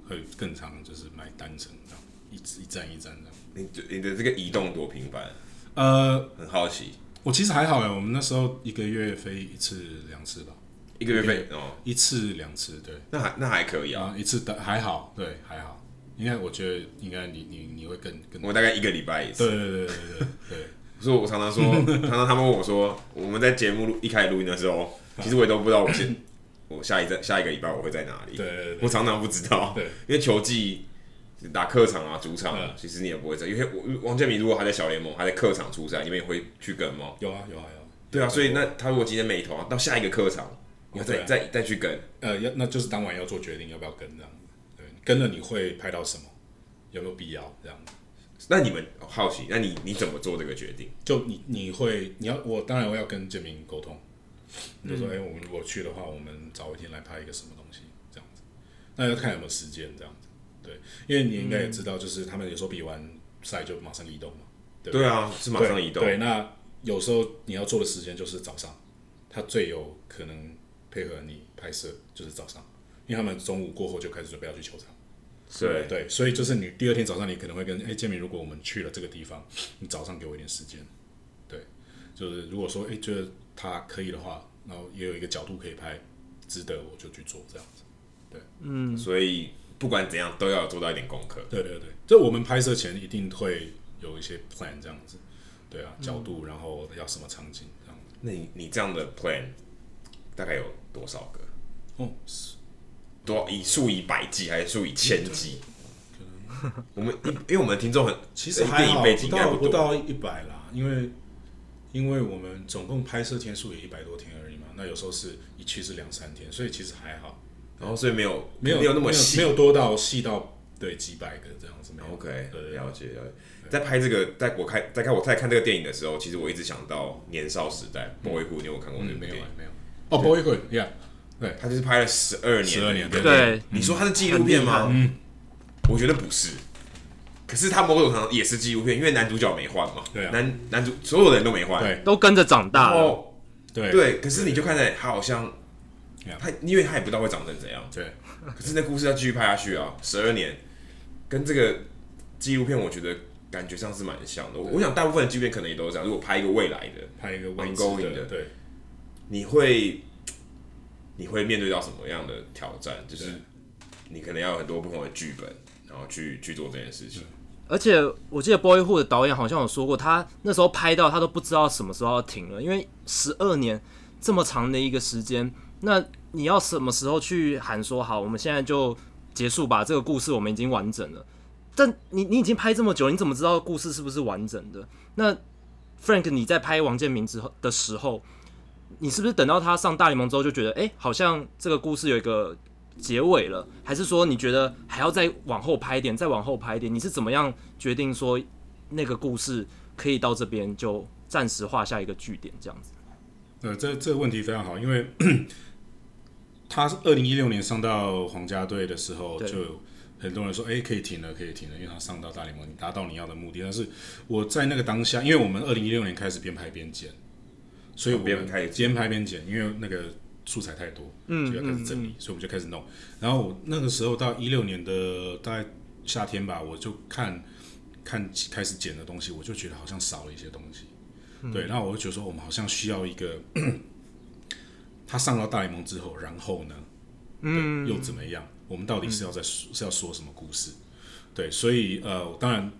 会更长，就是买单程这样，一一站一站这样。你你的这个移动多频繁？呃，很好奇，我其实还好哎，我们那时候一个月飞一次两次吧，一个月费哦，一次两次对，那还那还可以然啊。后一次的还好，对还好，应该我觉得应该你你你会更更我大概一个礼拜一次 对，对对对对 对对。所以我常常 说，常常他们问我说，我们在节目录一开始录音的时候，啊其实我也都不知道我现 我下一站下一个礼拜我会在哪里。对对对我常常不知道，对因为球季打客场啊、主场啊嗯，其实你也不会在，因为我王建民如果还在小联盟，还在客场出赛，你们也会去跟吗？有啊有啊有啊。对啊，所以那他如果今天没投啊，到下一个客场，你要再、对啊再再去跟，呃，要那就是当晚要做决定要不要跟这样子，对，跟了你会拍到什么，有没有必要这样子？那你们哦好奇，那你你怎么做这个决定？就你你会你要我当然我要跟建明沟通，你就说嗯哎、诶我们如果去的话，我们早一天来拍一个什么东西这样子，那要看有没有时间这样子，对，因为你应该也嗯知道，就是他们有时候比完赛就马上移动嘛，对不对啊，是马上对移动，对，那有时候你要做的时间就是早上，他最有可能配合你拍摄就是早上，因为他们中午过后就开始准备要去球场。对对，所以就是你第二天早上，你可能会跟哎建明，如果我们去了这个地方，你早上给我一点时间。对，就是如果说哎觉得他可以的话，然后也有一个角度可以拍，值得我就去做这样子。所以不管怎样都要做到一点功课。对对对，就我们拍摄前一定会有一些 plan 这样子。对啊，角嗯度，然后要什么场景这样子。那你你这样的 plan 大概有多少个？哦，多以数以百计还是数以千计？我们因因为我们听众很其实哎一还定好，一辈子不应该到多，到一百啦，因为因为我们总共拍摄天数也一百多天而已嘛，那有时候是一去是两三天，所以其实还好。然后所以没有没有没有那么细没有没有多到细到对几百个这样子，没有。 OK，对对了解了解。在拍这个，在我看在看我在看这个电影的时候，其实我一直想到年少时代《Boyhood》，你有看过嗯那部没电有影啊？没有。哦，Boyhood，yeah，他就是拍了十二年， 12年嗯对对，你说它是纪录片吗？很嗯，我觉得不是。可是它某种程度也是纪录片，因为男主角没换嘛，对啊男男主所有人都没换，对啊都跟着长大了。哦，哎对对，可是你就看着他好像 Yeah 他，因为他也不知道会长成怎样，对可是那故事要继续拍下去啊，十二年，跟这个纪录片我觉得感觉上是蛮像的。我我想大部分的纪录片可能也都是这样，如果拍一个未来的，拍一个未 Ongoing 知的对你会你会面对到什么样的挑战？就是对你可能要有很多不同的剧本，然后去去做这件事情。而且我记得《Boyhood》的导演好像有说过，他那时候拍到他都不知道什么时候要停了，因为十二年这么长的一个时间，那你要什么时候去喊说好，我们现在就结束吧，这个故事我们已经完整了。但你你已经拍这么久，你怎么知道故事是不是完整的？那 Frank，你在拍王建民之后的时候，你是不是等到他上大联盟之后就觉得，哎、好像这个故事有一个结尾了，还是说你觉得还要再往后拍一点，再往后拍一点？你是怎么样决定说那个故事可以到这边就暂时画下一个句点这样子？呃，这这个问题非常好，因为 他是二零一六年上到皇家队的时候，对就有很多人说，哎、可以停了，可以停了，因为他上到大联盟，你达到你要的目的。但是我在那个当下，因哦为我们二零一六年开始边拍边剪，所以我边拍们边拍边剪，因为那个素材太多，嗯，就要开始整理，所以我们就开始弄。然后我那个时候到一六年的大概夏天吧，我就看看开始剪的东西，我就觉得好像少了一些东西，对，然后我就觉得说我们好像需要一个，他上到大联盟之后，然后呢，嗯，又怎么样？我们到底是要在、是要说什么故事？对，所以呃，当然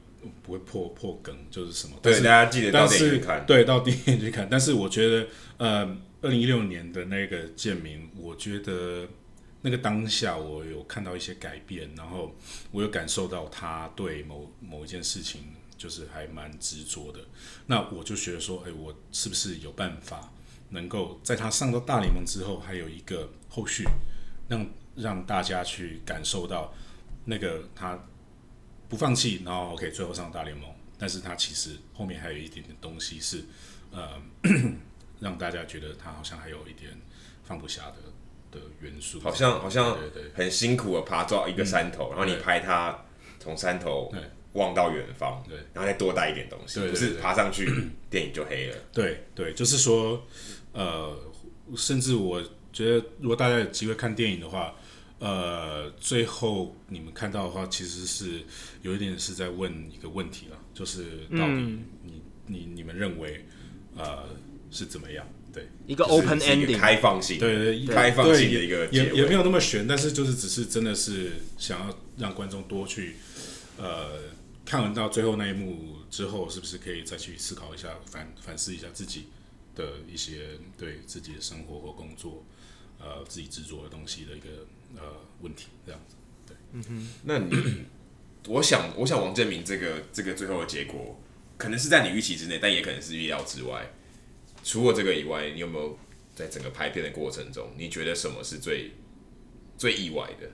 不会破破梗，就是什么，但对，是大家记得到但电影是院看。对，到电影院去看。但是我觉得，呃，二零一六年的那个建民，我觉得那个当下我有看到一些改变，然后我有感受到他对某某一件事情就是还蛮执着的。那我就觉得说，哎、我是不是有办法能够在他上到大联盟之后，还有一个后续，让让大家去感受到那个他不放弃，然后 OK 最后上大联盟，但是他其实后面还有一点点东西是，呃， 让大家觉得他好像还有一点放不下的的元素，好像好像对对对嗯很辛苦的爬到一个山头，然后你拍他从山头对望到远方，对然后再多带一点东西，对不对是对爬上去电影就黑了。对对，就是说，呃，甚至我觉得，如果大家有机会看电影的话，呃，最后你们看到的话，其实是有一点是在问一个问题了，就是到底你、你你们认为呃是怎么样？对一个就是 open 是一个 ending，开放性，对对，开放性的对一个结也也没尾。有那么悬，但是就是只是真的是想要让观众多去呃看完到最后那一幕之后，是不是可以再去思考一下，反反思一下自己的一些对自己的生活或工作呃自己执着的东西的一个呃问题，这样子。那你，我想，我想王建民这个这个最后的结果，可能是在你预期之内，但也可能是意料之外。除了这个以外，你有没有在整个拍片的过程中，你觉得什么是最最意外的？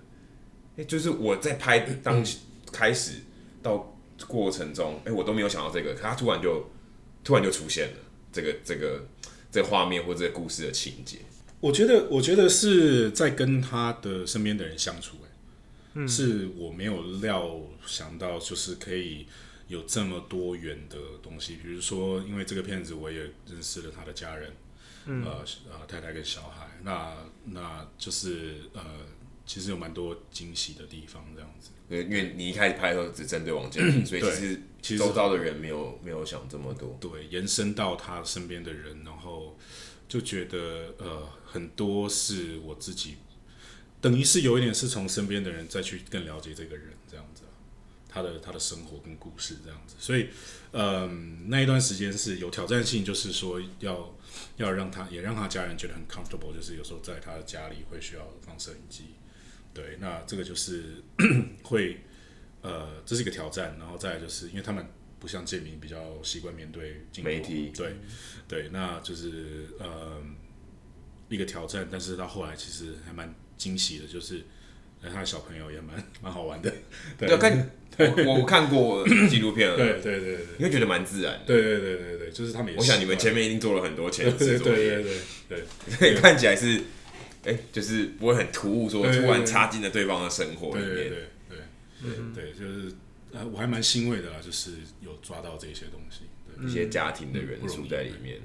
哎、就是我在拍当开始到过程中，哎、我都没有想到这个，可他突然就突然就出现了这个这个这个画面或者这个故事的情节。我觉得，我觉得是在跟他的身边的人相处、欸，嗯，是我没有料想到，就是可以有这么多元的东西。比如说，因为这个片子，我也认识了他的家人，嗯、呃呃，太太跟小孩，那那就是呃，其实有蛮多惊喜的地方，这样子。因为因为你一开始拍的时候只针对王建 民，所以对其其实实周遭的人没有没有想这么多。对，延伸到他身边的人，然后就觉得呃，很多是我自己，等于是有一点是从身边的人再去更了解这个人这样子啊，他的他的生活跟故事这样子，所以嗯、那一段时间是有挑战性，就是说要要让他也让他家人觉得很 comfortable，就是有时候在他的家里会需要放摄影机，对，那这个就是会。呃，这是一个挑战，然后再来就是因为他们不像建民比较习惯面对镜头媒体对对，那就是呃一个挑战，但是到后来其实还蛮惊喜的，就是呃他的小朋友也蛮 蛮好玩的，对对，看我我看过纪录片了，对对对对你会觉得蛮自然的。对对对对对，就是他们也我想你们习惯前面一定做了很多前对置对作对业，对对所以看起来是，哎、就是不会很突兀，说对对突对然插进了对方的生活对里对面。对对对，就是呃我还蛮欣慰的啦，就是有抓到这些东西，对一些家庭的元不素容易在里面，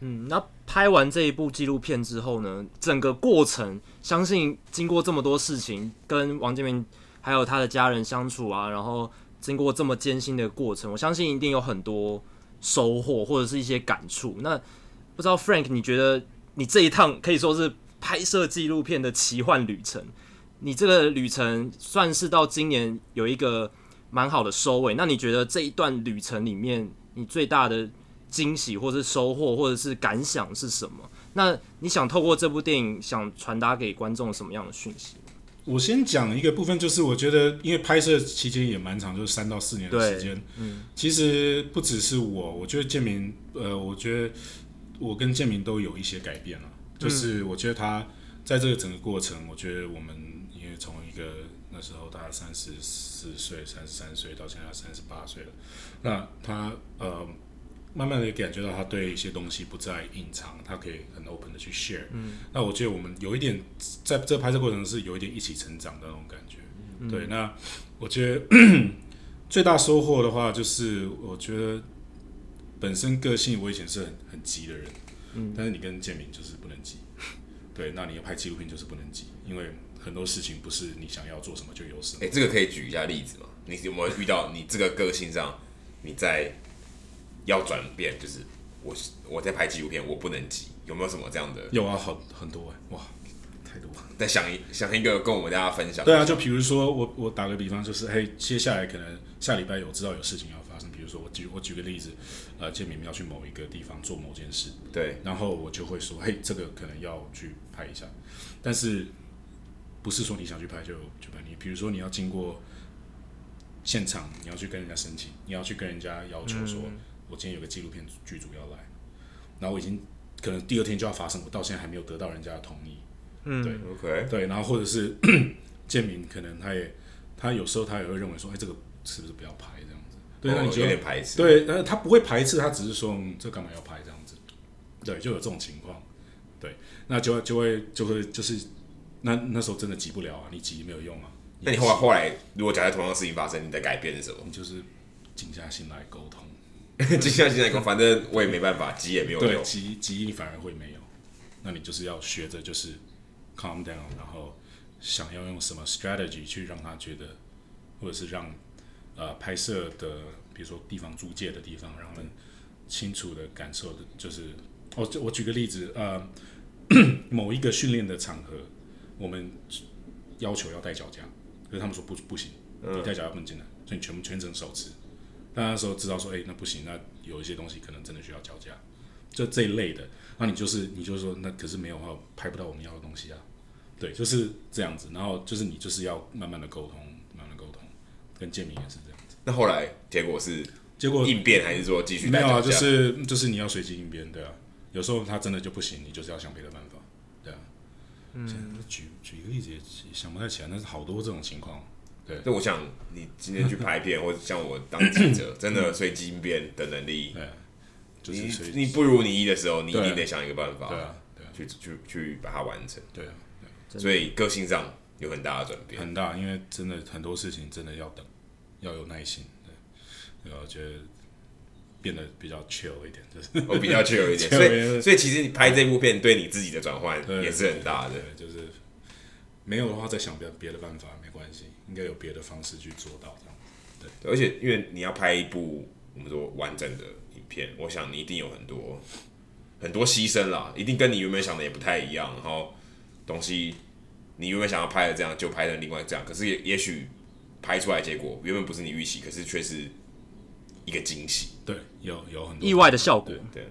嗯那拍完这一部纪录片之后呢，整个过程相信经过这么多事情，跟王建民还有他的家人相处啊，然后经过这么艰辛的过程，我相信一定有很多收获或者是一些感触。那不知道 Frank，你觉得你这一趟可以说是拍摄纪录片的奇幻旅程，你这个旅程算是到今年有一个蛮好的收尾。那你觉得这一段旅程里面，你最大的惊喜，或是收获，或者是感想是什么？那你想透过这部电影，想传达给观众什么样的讯息？我先讲一个部分，就是我觉得，因为拍摄期间也蛮长，就是三到四年的对时间。嗯，其实不只是我，我觉得建明，呃，我觉得我跟建明都有一些改变了。就是我觉得他在这个整个过程，我觉得我们因为从一个那时候大概三十四岁、三十三岁，到现在三十八岁了，那他呃，慢慢的感觉到他对一些东西不再隐藏，他可以很 open 的去 share。嗯，那我觉得我们有一点在这拍摄过程是有一点一起成长的那种感觉。对，那我觉得 最大收获的话，就是我觉得本身个性我以前是很很急的人，但是你跟建明就是不能急。对，那你要拍纪录片就是不能急，因为很多事情不是你想要做什么就有什么哎、。这个可以举一下例子吗？你有没有遇到你这个个性上，你在要转变，就是我我在拍纪录片，我不能急，有没有什么这样的？有啊，很很多哎、哇，太多了。再想一想一个跟我们大家分享。对啊，就比如说我我打个比方，就是嘿，接下来可能下礼拜有知道有事情要发生，比如说我举我举个例子，呃，建明要去某一个地方做某件事，对，然后我就会说，嘿，这个可能要去拍一下，但是不是说你想去拍就就拍你，比如说你要经过现场，你要去跟人家申请，你要去跟人家要求说，我今天有个纪录片剧组要来，然后我已经可能第二天就要发生，我到现在还没有得到人家的同意，嗯 OK，对，然后或者是 建明，可能他也他有时候他也会认为说，哎，这个是不是不要拍这样子？对，那哦你就有点排斥。，对，呃，他不会排斥，他只是说、嗯、这干嘛要拍这样子？对，就有这种情况。对，那就会就会就会就是那那时候真的急不了啊，你急没有用啊。那你后来后来，如果假设同样的事情发生，你的改变是什么？ 你就是静下心来沟通，就像现在讲，反正我也没办法，急也没有对，用。急急你反而会没有。那你就是要学着就是 calm down，然后想要用什么 strategy 去让他觉得，或者是让呃拍摄的，比如说地方租借的地方，让他们清楚的感受的，就是哦我、就我举个例子，呃， 某一个训练的场合，我们要求要带脚架，可是他们说不不行，嗯你带脚架不能进来，所以你全部全程手持。但那时候知道说，哎、那不行，那有一些东西可能真的需要脚架，就这一类的。那你就是你就是说，那可是没有的话，拍不到我们要的东西啊。对，就是这样子。然后就是你就是要慢慢的沟通，慢慢的沟通，跟建明也是这样子。那后来结果是结果应变，还是说继续没待有啊，脚就架是就是你要随机应变，对啊。有时候他真的就不行，你就是要想别的办法，对啊。嗯，举举一个例子也想不太起来，但是好多这种情况。所以我想，你今天去拍片，或者像我当记 者，真的随机应变的能力，对啊，就你是随你不如你意的时候，你一对啊定得想一个办法，对啊，对啊，去去去把它完成。对啊，所以个性上有很大的转变。很大，因为真的很多事情真的要等，要有耐心。对，对啊我觉得变得比较 chill 一点，就是我 比较 chill 一点， chill 所一以点所以其实你拍这部片对你自己的转换对也是很大的。对，就是没有的话再想别别的办法没关系，应该有别的方式去做到这样。对而且因为你要拍一部我们说完整的影片，我想你一定有很多很多牺牲啦，一定跟你原本想的也不太一样，然后东西你原本想要拍的这样，就拍成另外这样，可是也也许拍出来结果原本不是你预期，可是却是一个惊喜。对，有有很多意外的效果对，对，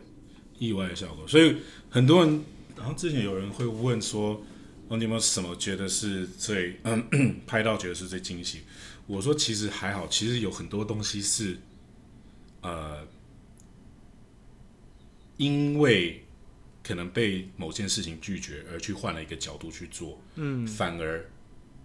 意外的效果，所以很多人，然后之前有人会问说，哦，你有没有什么觉得是最嗯 拍到觉得是最惊喜？我说其实还好，其实有很多东西是，呃，因为可能被某件事情拒绝而去换了一个角度去做，嗯，反而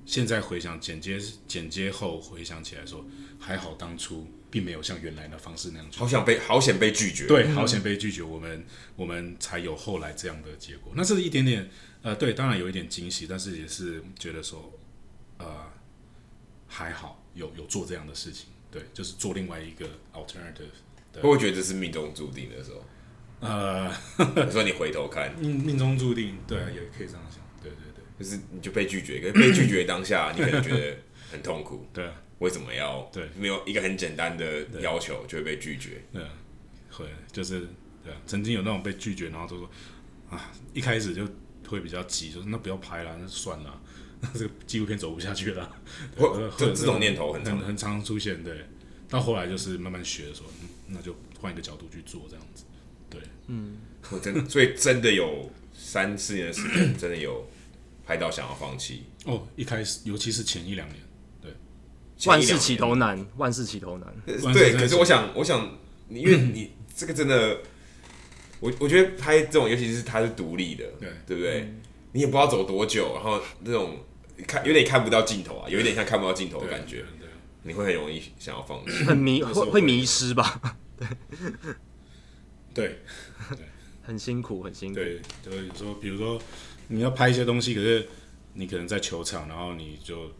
现在回想剪接剪接后回想起来说，还好当初并没有像原来的方式那样去好想被好险被拒绝。，对，好险被拒绝，我们我们才有后来这样的结果。那是一点点，呃，对，当然有一点惊喜，但是也是觉得说，呃，还好有有做这样的事情，对，就是做另外一个 alternative。会不会觉得这是命中注定的时候？呃，你说你回头看，命命中注定，对啊，也可以这样想，对对对，就是你就被拒绝，可是被拒绝当下，你可能觉得很痛苦。对啊，为什么要对没有一个很简单的要求就会被拒 绝？对啊，会就是对啊，曾经有那种被拒绝，然后就说啊，一开始就会比较急，就是那不要拍了，那算了， 那这个纪录片走不下去了。会呃这会这种念头很常很很常出现，对。到后来就是慢慢学说，嗯那就换一个角度去做这样子，对，我真的，所以真的有三四年的时 间，真的有拍到想要放弃。哦，一开始尤其是前一两年，万事起头难，万事起头难。前一两万年，对。事可是我想，我想，你 因为你这个真的，我我觉得拍这种，尤其是它是独立的，对对不对？嗯你也不知道走多久，然后那种看有点看不到尽头啊，有一点像看不到尽头的对感觉，，对，啊你会很容易想要放 弃。很迷，时候会会会迷失吧？对，很辛苦，很辛苦。对，就是有时候，比如说你要拍一些东西，可是你可能在球场，然后你就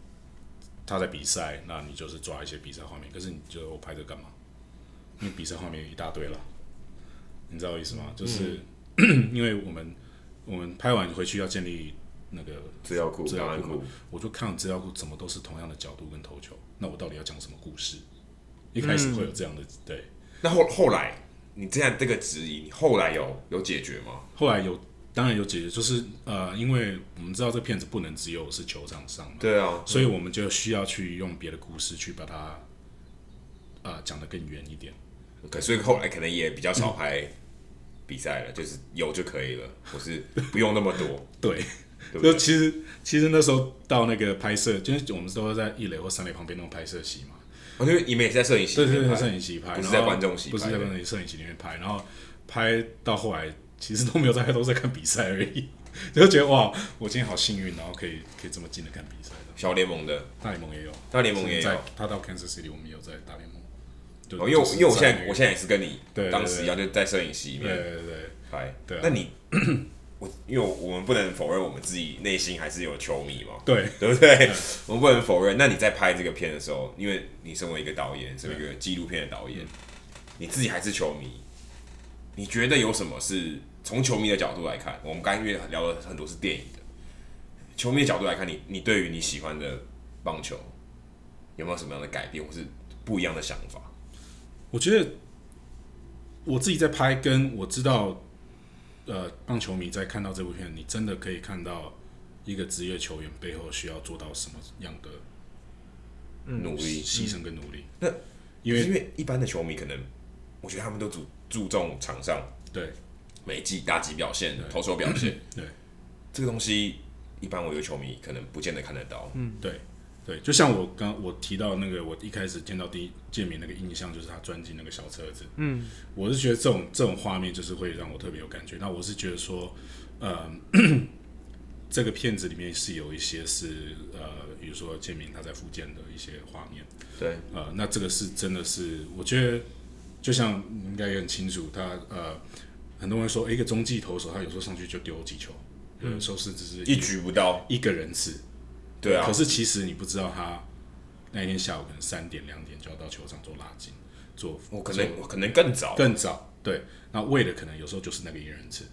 他在比赛，那你就是抓一些比赛画面，可是你就我拍这干嘛？因为嗯 比赛画面一大堆了，你知道我意思吗？就是、因为我们我们拍完回去要建立那个资料库资档料案库嘛库，我就看资料库怎么都是同样的角度跟投球，那我到底要讲什么故事？一开始会有这样的、对，那后后来你这样这个质疑，你后来有有解决吗？后来有当然有解决，就是呃，因为我们知道这片子不能只有是球场上嘛，对啊，所以我们就需要去用别的故事去把它呃讲得更远一点。 OK，所以后来可能也比较少拍比赛了，就是有就可以了，我是不用那么多。对，对不对就其实其实那时候到那个拍摄，就是我们都在一垒或三垒旁边那种拍摄席嘛，我觉得哦你们也是在摄影室对里对面对，拍，摄影席拍，不是然在后观众席不是拍在的观众席摄影席里面拍，然后拍到后来其实都没有在拍，都在看比赛而已，就觉得哇，我今天好幸运，然后可以可以这么近的看比赛的。小联盟的。大联盟也有，大联盟也有在他到 Kansas City，我们也有在大联盟。对哦，因为我因为我现在我在现在也是跟你对对对当时一样，就在摄影室里对面对对对，拍。对啊那你 我因为我们不能否认我们自己内心还是有球迷嘛，对对不对？嗯我们不能否认。那你在拍这个片的时候，因为你身为一个导演，身为一个纪录片的导嗯演，你自己还是球迷，你觉得有什么是从球迷的角度来看？我们刚刚因为聊了很多是电影的，球迷的角度来看，你你对于你喜欢的棒球有没有什么样的改变，或是不一样的想法？我觉得我自己在拍，跟我知道，呃，棒球迷在看到这部片，你真的可以看到一个职业球员背后需要做到什么样的努力嗯牺牲跟努力。那嗯因因为为一般的球迷可能，我觉得他们都注注重场上对每季打击表现、投手表现，对这个东西一般我有球迷可能不见得看得到。对对，就像我刚我提到那个，我一开始见到第一建民那个印象就是他钻进那个小车子，嗯，我是觉得这种这种画面就是会让我特别有感觉。那我是觉得说，呃， 这个片子里面是有一些是呃，比如说建民他在福建的一些画面，对，呃，那这个是真的是，我觉得就像你应该也很清楚，他呃，很多人说、诶一个中继投手他有时候上去就丢几球，有时候甚至是一局不到。一个人次。对啊可，是其实你不知道他那一天下午可能三点两点就要到球场做拉筋，做我可能我可能更早。更早。对，那为的可能有时候就是那个一人制。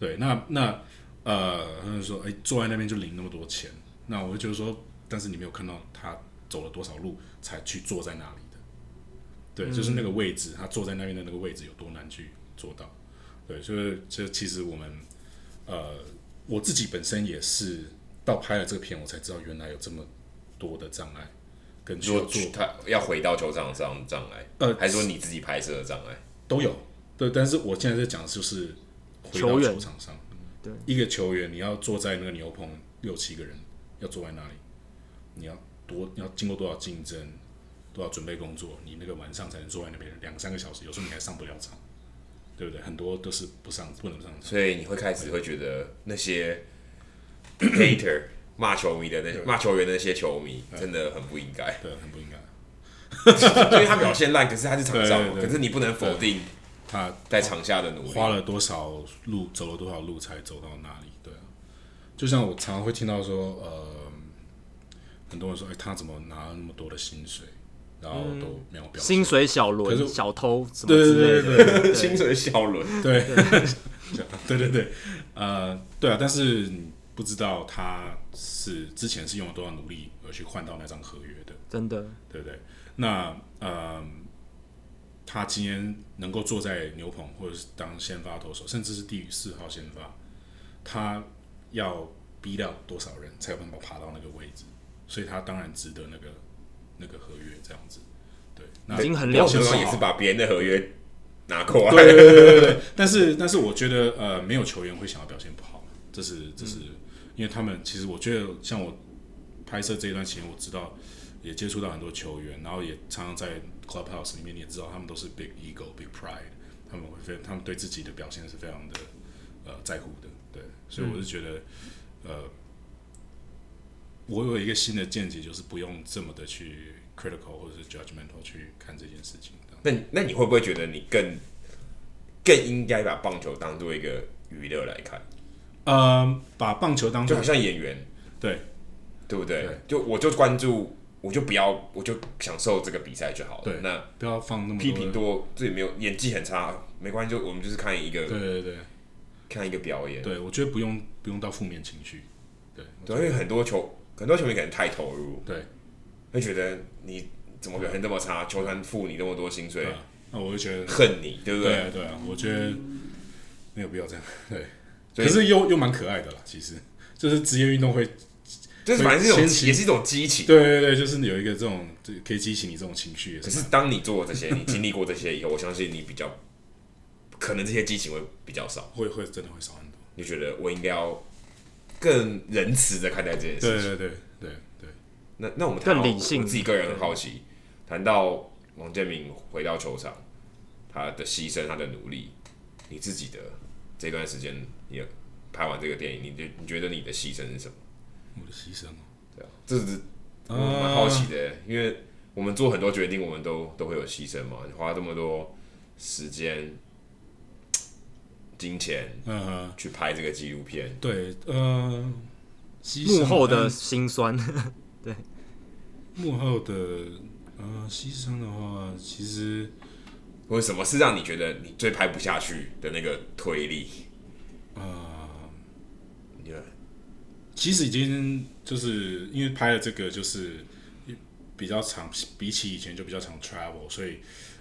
对，那那呃，他就说，哎、坐在那边就领那么多钱，那我就觉得说，但是你没有看到他走了多少路才去坐在那里的。对，就是那个位置，他坐在那边的那个位置有多难去做到。对，就是这其实我们呃，我自己本身也是到拍了这个片，我才知道原来有这么多的障碍跟需如要果做他要回到球场上的障碍，呃还是说你自己拍摄的障碍？都有。对，但是我现在在讲的就是回到球员球场上，对一个球员你要坐在那个牛棚六七个人，要坐在那里，你要多你要经过多少竞争，多少准备工作，你那个晚上才能坐在那边两三个小时，有时候你还上不了场，对不对？很多都是不上不能上场。所以你会开始会觉得那些 hater 骂球迷的那些骂球员的那些球迷真的很不应该。对，很不应该。因为他表现烂，可是他是场上嘛，对对对可是你不能否定他在场下的努力。 花了多少路，走了多少路才走到那里？对啊，就像我常常会听到说，呃，很多人说，哎、他怎么拿那么多的薪水，然后都没有表现？薪水小可轮、是小偷什么对之类的。嗯对对对对清水小轮，对 对对对，呃，对啊，但是你不知道他是之前是用了多少努力而去换到那张合约的。真的，对不对？那呃，他今天能够坐在牛棚，或者是当先发投手，甚至是第四号先发，他要逼掉多少人才有办法爬到那个位置？所以他当然值得那个那个合约这样子。对，那已经很了廖不哲起对了也是把别人的合约拿过对来。对对对对。 但是但是我觉得呃，没有球员会想要表现不好，这是这是、因为他们其实我觉得像我拍摄这一段期间，我知道也接触到很多球员，然后也常常在 clubhouse 里面，你也知道他们都是 big ego big pride，他们会非他们对自己的表现是非常的呃在乎的，对，所以我是觉得、呃。我有一个新的见解，就是不用这么的去 critical 或者是 judgmental 去看这件事情。这样那你那你会不会觉得你更更应该把棒球当做一个娱乐来看？呃，把棒球当就做好像演员，对对不对？对就我就关注，我就不要，我就享受这个比赛就好了。对那不要放那么多批评多，这也没有演技很差没关系，就我们就是看一个对对对看一个表演。对，我觉得不用不用到负面情绪。对，对，因为很多球很多球迷可能太投入，对，会觉得你怎么表现这么差，球团付你那么多薪水，啊那我就觉得，恨你，对不对对？ 啊对啊，我觉得没有必要这样。对，所以可是又又蛮可爱的啦，其实就是职业运动会，就是反正是一种先也是一种激情。对对对，就是有一个这种这可以激起你这种情绪，也可是是当你做了这些，你经历过这些以后，我相信你比较可能这些激情会比较少，会会真的会少很多。你觉得我应该要更仁慈的看待这件事情对。对对对对，那那我们谈到更理性我自己个人很好奇，谈到王建民回到球场，他的牺牲，他的努力，你自己的这段时间，你拍完这个电影，你觉你觉得你的牺牲是什么？我的牺牲哦，对啊，这是我蛮好奇的，因为我们做很多决定，我们都都会有牺牲嘛，你花这么多时间、金钱嗯、呃，去拍这个纪录片，对，呃，牺牲幕后嗯的辛酸， 幕后的呃牺牲的话，其实或者什么是让你觉得你最拍不下去的那个推力？呃你觉得其实已经就是因为拍了这个就是比较常，比起以前就比较常 travel，所以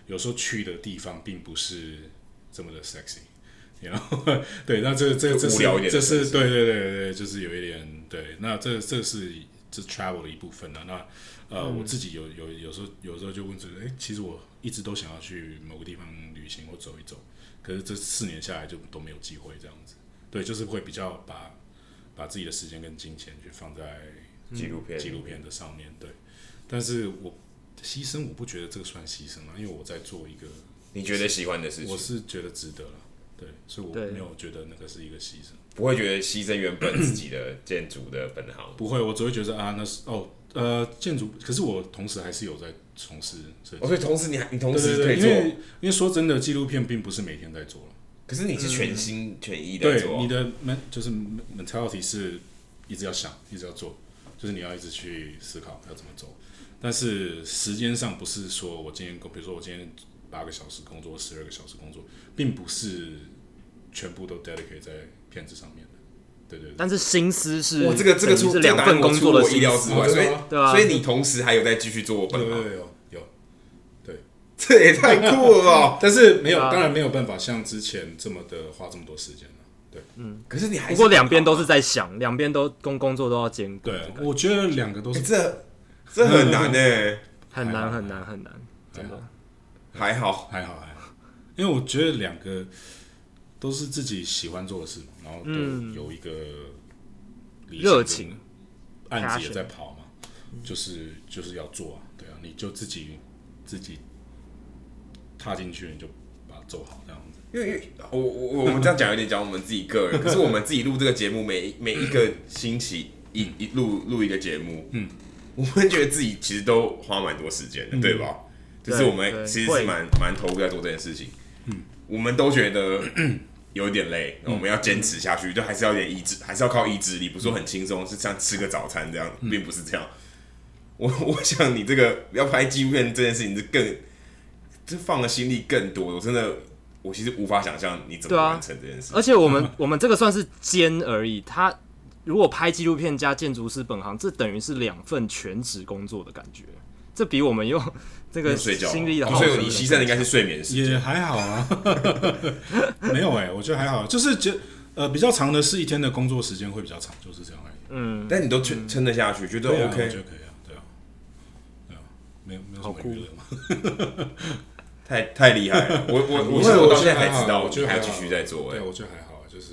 有时候去的地方并不是这么的 sexy。然后 对，那这这这就无是聊一点的这是 sexy 对对对对，就是有一点对，那这这是这 travel 的一部分了。那呃，我自己有有有时候有时候就问自己，哎，其实我一直都想要去某个地方旅行或走一走，可是这四年下来就都没有机会这样子。对，就是会比较把把自己的时间跟金钱去放在纪录片，纪录片的上面对。但是我牺牲，我不觉得这个算牺牲啊，因为我在做一个，你觉得喜欢的事我情，是觉得值得了，对，所以我对没有觉得那个是一个牺牲，不会觉得牺牲原本自己的建筑的本行。不会，我只会觉得啊，那是哦，呃，建筑，可是我同时还是有在从事设计哦，，所以同时你还你同对时对可以对，因做，为因为说真的，纪录片并不是每天在做了，可是你是全心全意的嗯对，做你，的 men 就是 mentality 是一直要想，一直要做，就是你要一直去思考要怎么走。但是时间上不是说我今天工，比如说我今天八个小时工作，十二个小时工作，并不是全部都 dedicate 在片子上面的。对对对，但是心思是我这个这个出等于是两份工作的的意心料思之，外，所以对啊所以你同时还有在继续做我本有有行，有有有， 这也太酷了 吧！但是没有，对啊当然没有办法像之前这么的花这么多时间了。对可是你还不是过两边都是在想，两边都工工作都要兼顾，对，啊我觉得两个都欸是这这很 难呢、很难很难很难，真的。还好还好还好，因为我觉得两个都是自己喜欢做的事嘛，然后都有一个理想嗯热情，案子也在跑嘛，就是就是要做啊，对啊，你就自己自己踏进去，你就把它做好这样子。因为因为我我我们这样讲有点讲我们自己个人，可是我们自己录这个节目，每每一个星期一一录录一个节目，嗯，我们觉得自己其实都花蛮多时间的，对吧？就是我们对其实是会蛮蛮投入在做这件事情，嗯，我们都觉 得有点累，那我们要坚持下去，就还是要有点意志，还是要靠意志力，不是说很轻松，是像吃个早餐这样，并不是这样。我我想你这个要拍纪录片这件事情是更，这放的心力更多，我真的我其实无法想象你怎么对啊完成这件事。而且我嗯们我们这个算是兼而已，他如果拍纪录片加建筑师本行，这等于是两份全职工作的感觉，这比我们用这没个有睡觉，心力的耗所以费你牺牲的应该是睡眠时间。也还好 啊，没有哎、我觉得还好，就是觉呃比较长的是一天的工作时间会比较长，就是这样而已。嗯但你都撑撑得下去，觉得嗯对啊，我 OK，觉得可以啊，对啊，对啊，没有没有什么娱乐嘛。太太厉害了。 我我我觉得我到觉现得啊在才知道，我觉你得还好继续在做哎对，。我啊觉得还好，就是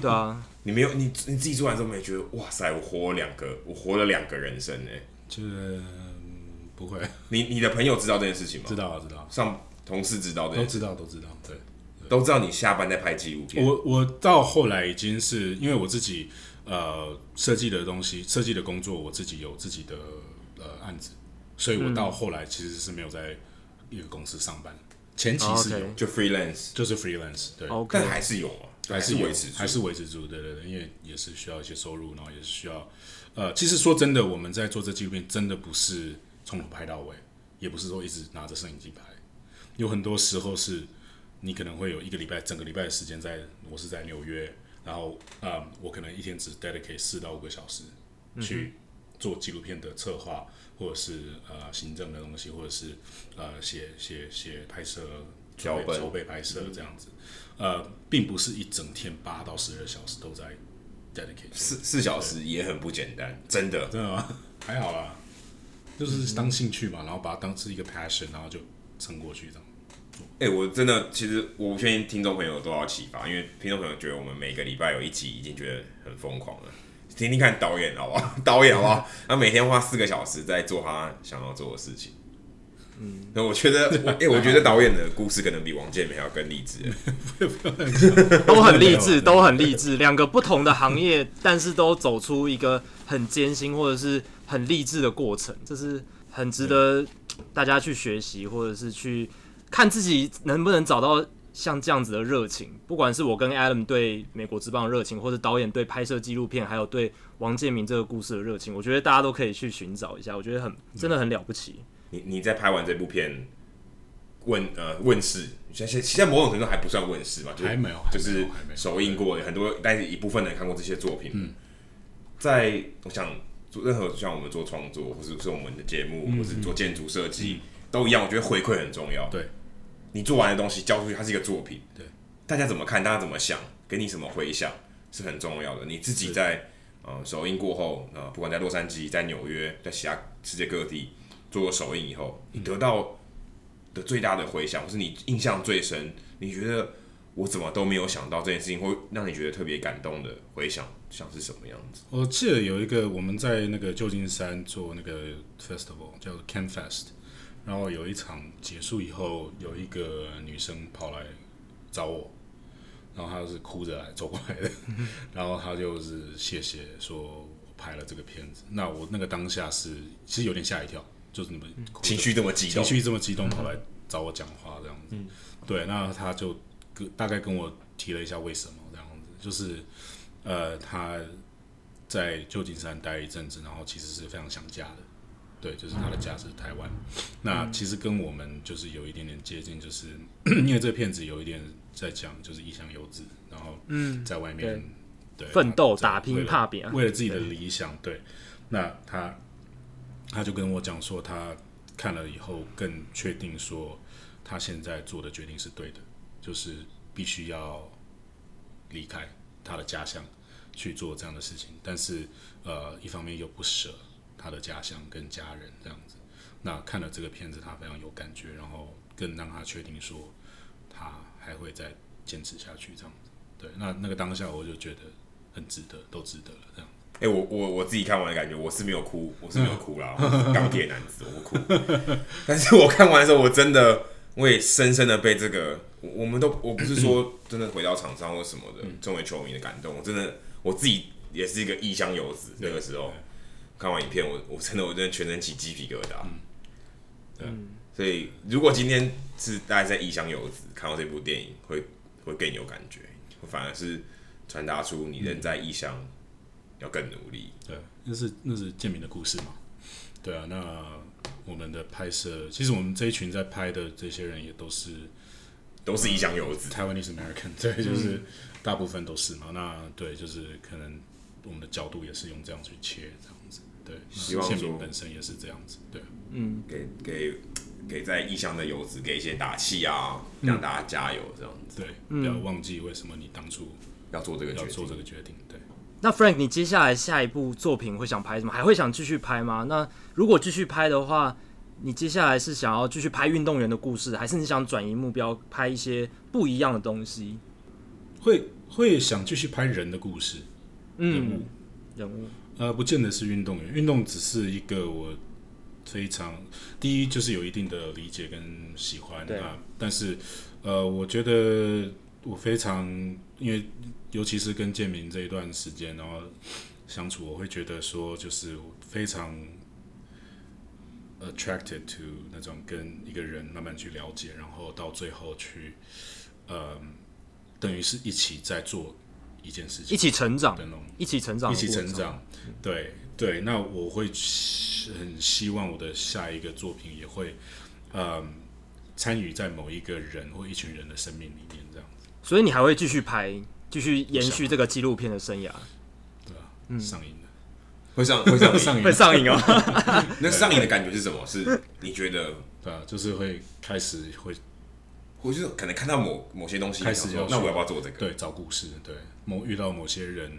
对啊，你没有你你自己做完之后没觉得哇塞，我活了两个，我活了两个人生哎。就是嗯不会，你你的朋友知道这件事情吗 知？道啊，知道啊，上同事知道的都，知道，都知道。对，都知道你下班在拍纪录片，我我到后来已经是因为我自己呃设计的东西，设计的工作，我自己有自己的呃案子，所以我到后来其实是没有在一个公司上班，前期是有， OK 就 freelance，就是 freelance，对， ，OK，但还是有啊，还是是有维持住还。是维持住，对对对，因为也是需要一些收入，然后也是需要，呃，其实说真的，我们在做这纪录片，真的不是从头拍到尾，也不是说一直拿着摄影机拍，有很多时候是你可能会有一个礼拜，整个礼拜的时间在我是在纽约，然后啊、嗯我可能一天只 dedicate 四到五个小时嗯去做纪录片的策划，或者是呃行政的东西，或者是呃写写写拍摄脚筹备本筹备拍摄这样子，呃，并不是一整天八到十二小时都在 dedicate 四四小时也很不简单，真的。真的吗？还好啦，就是当兴趣嘛，然后把它当是一个 passion，然后就撑过去这样。哎、我真的其实我不确定听众朋友有多少启发，因为听众朋友觉得我们每个礼拜有一集已经觉得很疯狂了。听听看导演好不好？ 导演好不好？他每天花四个小时在做他想要做的事情。嗯，那我觉得，哎、我觉得导演的故事可能比王健美还要更励志。 都很励 志，都很励志。两个不同的行业，但是都走出一个很艰辛或者是很励志的过程，这是很值得大家去学习，或者是去看自己能不能找到像这样子的热情。不管是我跟 Adam 对美国之棒的热情，或者导演对拍摄纪录片，还有对王建民这个故事的热情，我觉得大家都可以去寻找一下。我觉得很真的很了不起。你你在拍完这部片问呃问世，现在现在某种程度还不算问世吧，就是还没有就还没是有还没有首映过很多，但是一部分人看过这些作品。嗯，在我想做任何像我们做创作，或是是我们的节目，或是做建筑设计，都一样。我觉得回馈很重要。嗯对，你做完的东西交出去，它是一个作品。对，大家怎么看，大家怎么想，给你什么回响是很重要的。你自己在呃首映过后，呃，不管在洛杉矶、在纽约、在其他世界各地做首映以后，你得到的最大的回响，或是你印象最深，你觉得我怎么都没有想到这件事情，会让你觉得特别感动的回响，像是什么样子？我记得有一个我们在那个旧金山做那个 festival 叫做 Can Fest，然后有一场结束以后，有一个女生跑来找我，然后她是哭着来走过来的，然后她就是谢谢说我拍了这个片子，那我那个当下是其实有点吓一跳，就是你们哭着情绪这么激动情，绪这么激动跑来找我讲话这样子。嗯对，那他就跟大概跟我提了一下为什么这样子，就是呃，他在旧金山待一阵子，然后其实是非常想家的。对，就是他的家是台湾，那其实跟我们就是有一点点接近，就是 因为这个片子有一点在讲就是异乡游子，然后嗯，在外面对奋斗他在打拼为了怕扁为了自己的理想，对，那他他就跟我讲说，他看了以后更确定说，他现在做的决定是对的，就是必须要离开他的家乡去做这样的事情，但是呃，一方面又不舍他的家乡跟家人这样子。那看了这个片子，他非常有感觉，然后更让他确定说，他还会再坚持下去这样子。对，那那个当下我就觉得很值得，都值得了这样。哎、我我我自己看完的感觉，我是没有哭，我是没有哭啦，我是钢铁男子，我不哭。 但是我看完的时候，我真的，我也深深的被这个，我我们都，我不是说真的回到场上或什么的，作为球迷的感动，我真的我自己也是一个异乡游子，那个时候看完影片，我我真的我真的全身起鸡皮疙瘩。啊所以如果今天是大家在异乡游子看到这部电影，会会更有感觉，反而是传达出你人在异乡要更努力。对，那是那是建明的故事嘛。对啊，那我们的拍摄，其实我们这一群在拍的这些人也都是都是异乡游子。台湾 e s American，对， 嗯就是大部分都是嘛。那对，就是可能我们的角度也是用这样去切，这样子。对，希望建说明本身也是这样子。对，嗯给给给在异乡的游子给一些打气啊，嗯让大家加油，这样子、对，不要忘记为什么你当初要做这个嗯要决做这定。个决定。对，那 Frank，你接下来下一部作品会想拍什么？还会想继续拍吗？那如果继续拍的话，你接下来是想要继续拍运动员的故事，还是你想转移目标拍一些不一样的东西？会会想继续拍人的故事，嗯，人物，呃，不见得是运动员，运动只是一个我非常第一就是有一定的理解跟喜欢对啊，但是呃，我觉得我非常因为尤其是跟建明这一段时间，然后相处，我会觉得说就是我非常 attracted to 那种跟一个人慢慢去了解，然后到最后去，呃，等于是一起在做一件事情，一起成长的，那种一起成长，一起成。长。对对，那我会希很希望我的下一个作品也会，嗯、参与在某一个人或一群人的生命里面，这样子，所以你还会继续拍，继续延续这个纪录片的生涯，对吧、嗯，上瘾的，会上会 上瘾。会 上瘾哦。那上瘾的感觉是什么？是你觉得，对吧、就是会开始会我就是可能看到某某些东西，开始想说要那我说要不要做这个？对找故事，对某遇到某些人，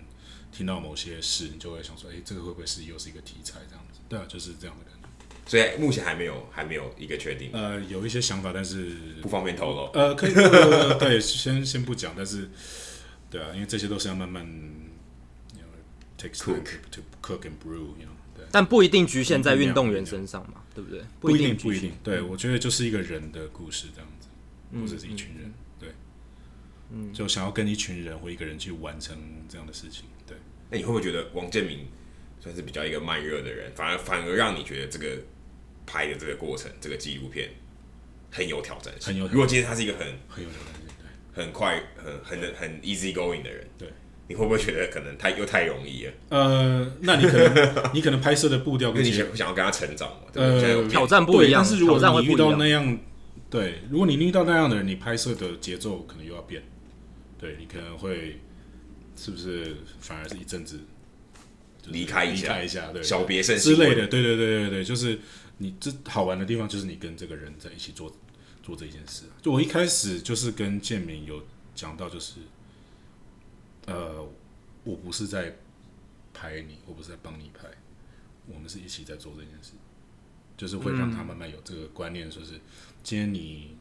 听到某些事，你就会想说，哎、这个会不会是又是一个题材这样子？对啊，就是这样的感觉。所以目前还没有还没有一个确定，呃，有一些想法，但是不方便透露。呃，可以，呃对，先先不讲，但是，对啊，因为这些都是要慢慢，you know, takes time to, to cook and brew，you know，对，但不一定局限在运动员身上嘛，对不对？不一定，不局一限定，对我觉得就是一个人的故事这样子，或者是一群人，对，嗯，就想要跟一群人或一个人去完成这样的事情，对，那你会不会觉得王建民算是比较一个慢热的人，反而反而让你觉得这个拍的这个过程，这个纪录片很有挑战性？很有挑战如果今天他是一个很很有这种感觉，对。很快、很很很 easy going 的人，对，你会不会觉得可能太又太容易了？呃，那你可能你可能拍摄的步调因为跟你其实想想要跟他成长嘛？对不对呃现在有挑战不一样，对但是如挑战果会你不遇一到样。那样，对，如果你遇到那样的人，你拍摄的节奏可能又要变，对你可能会是不是反而是一阵子就是离开一下离开一下，对，小别胜之新婚类的，对对对对对，就是你这好玩的地方就是你跟这个人在一起做做这件事啊。就我一开始就是跟建明有讲到，就是呃，我不是在拍你，我不是在帮你拍，我们是一起在做这件事，就是会让嗯他慢慢有这个观念，说是今天你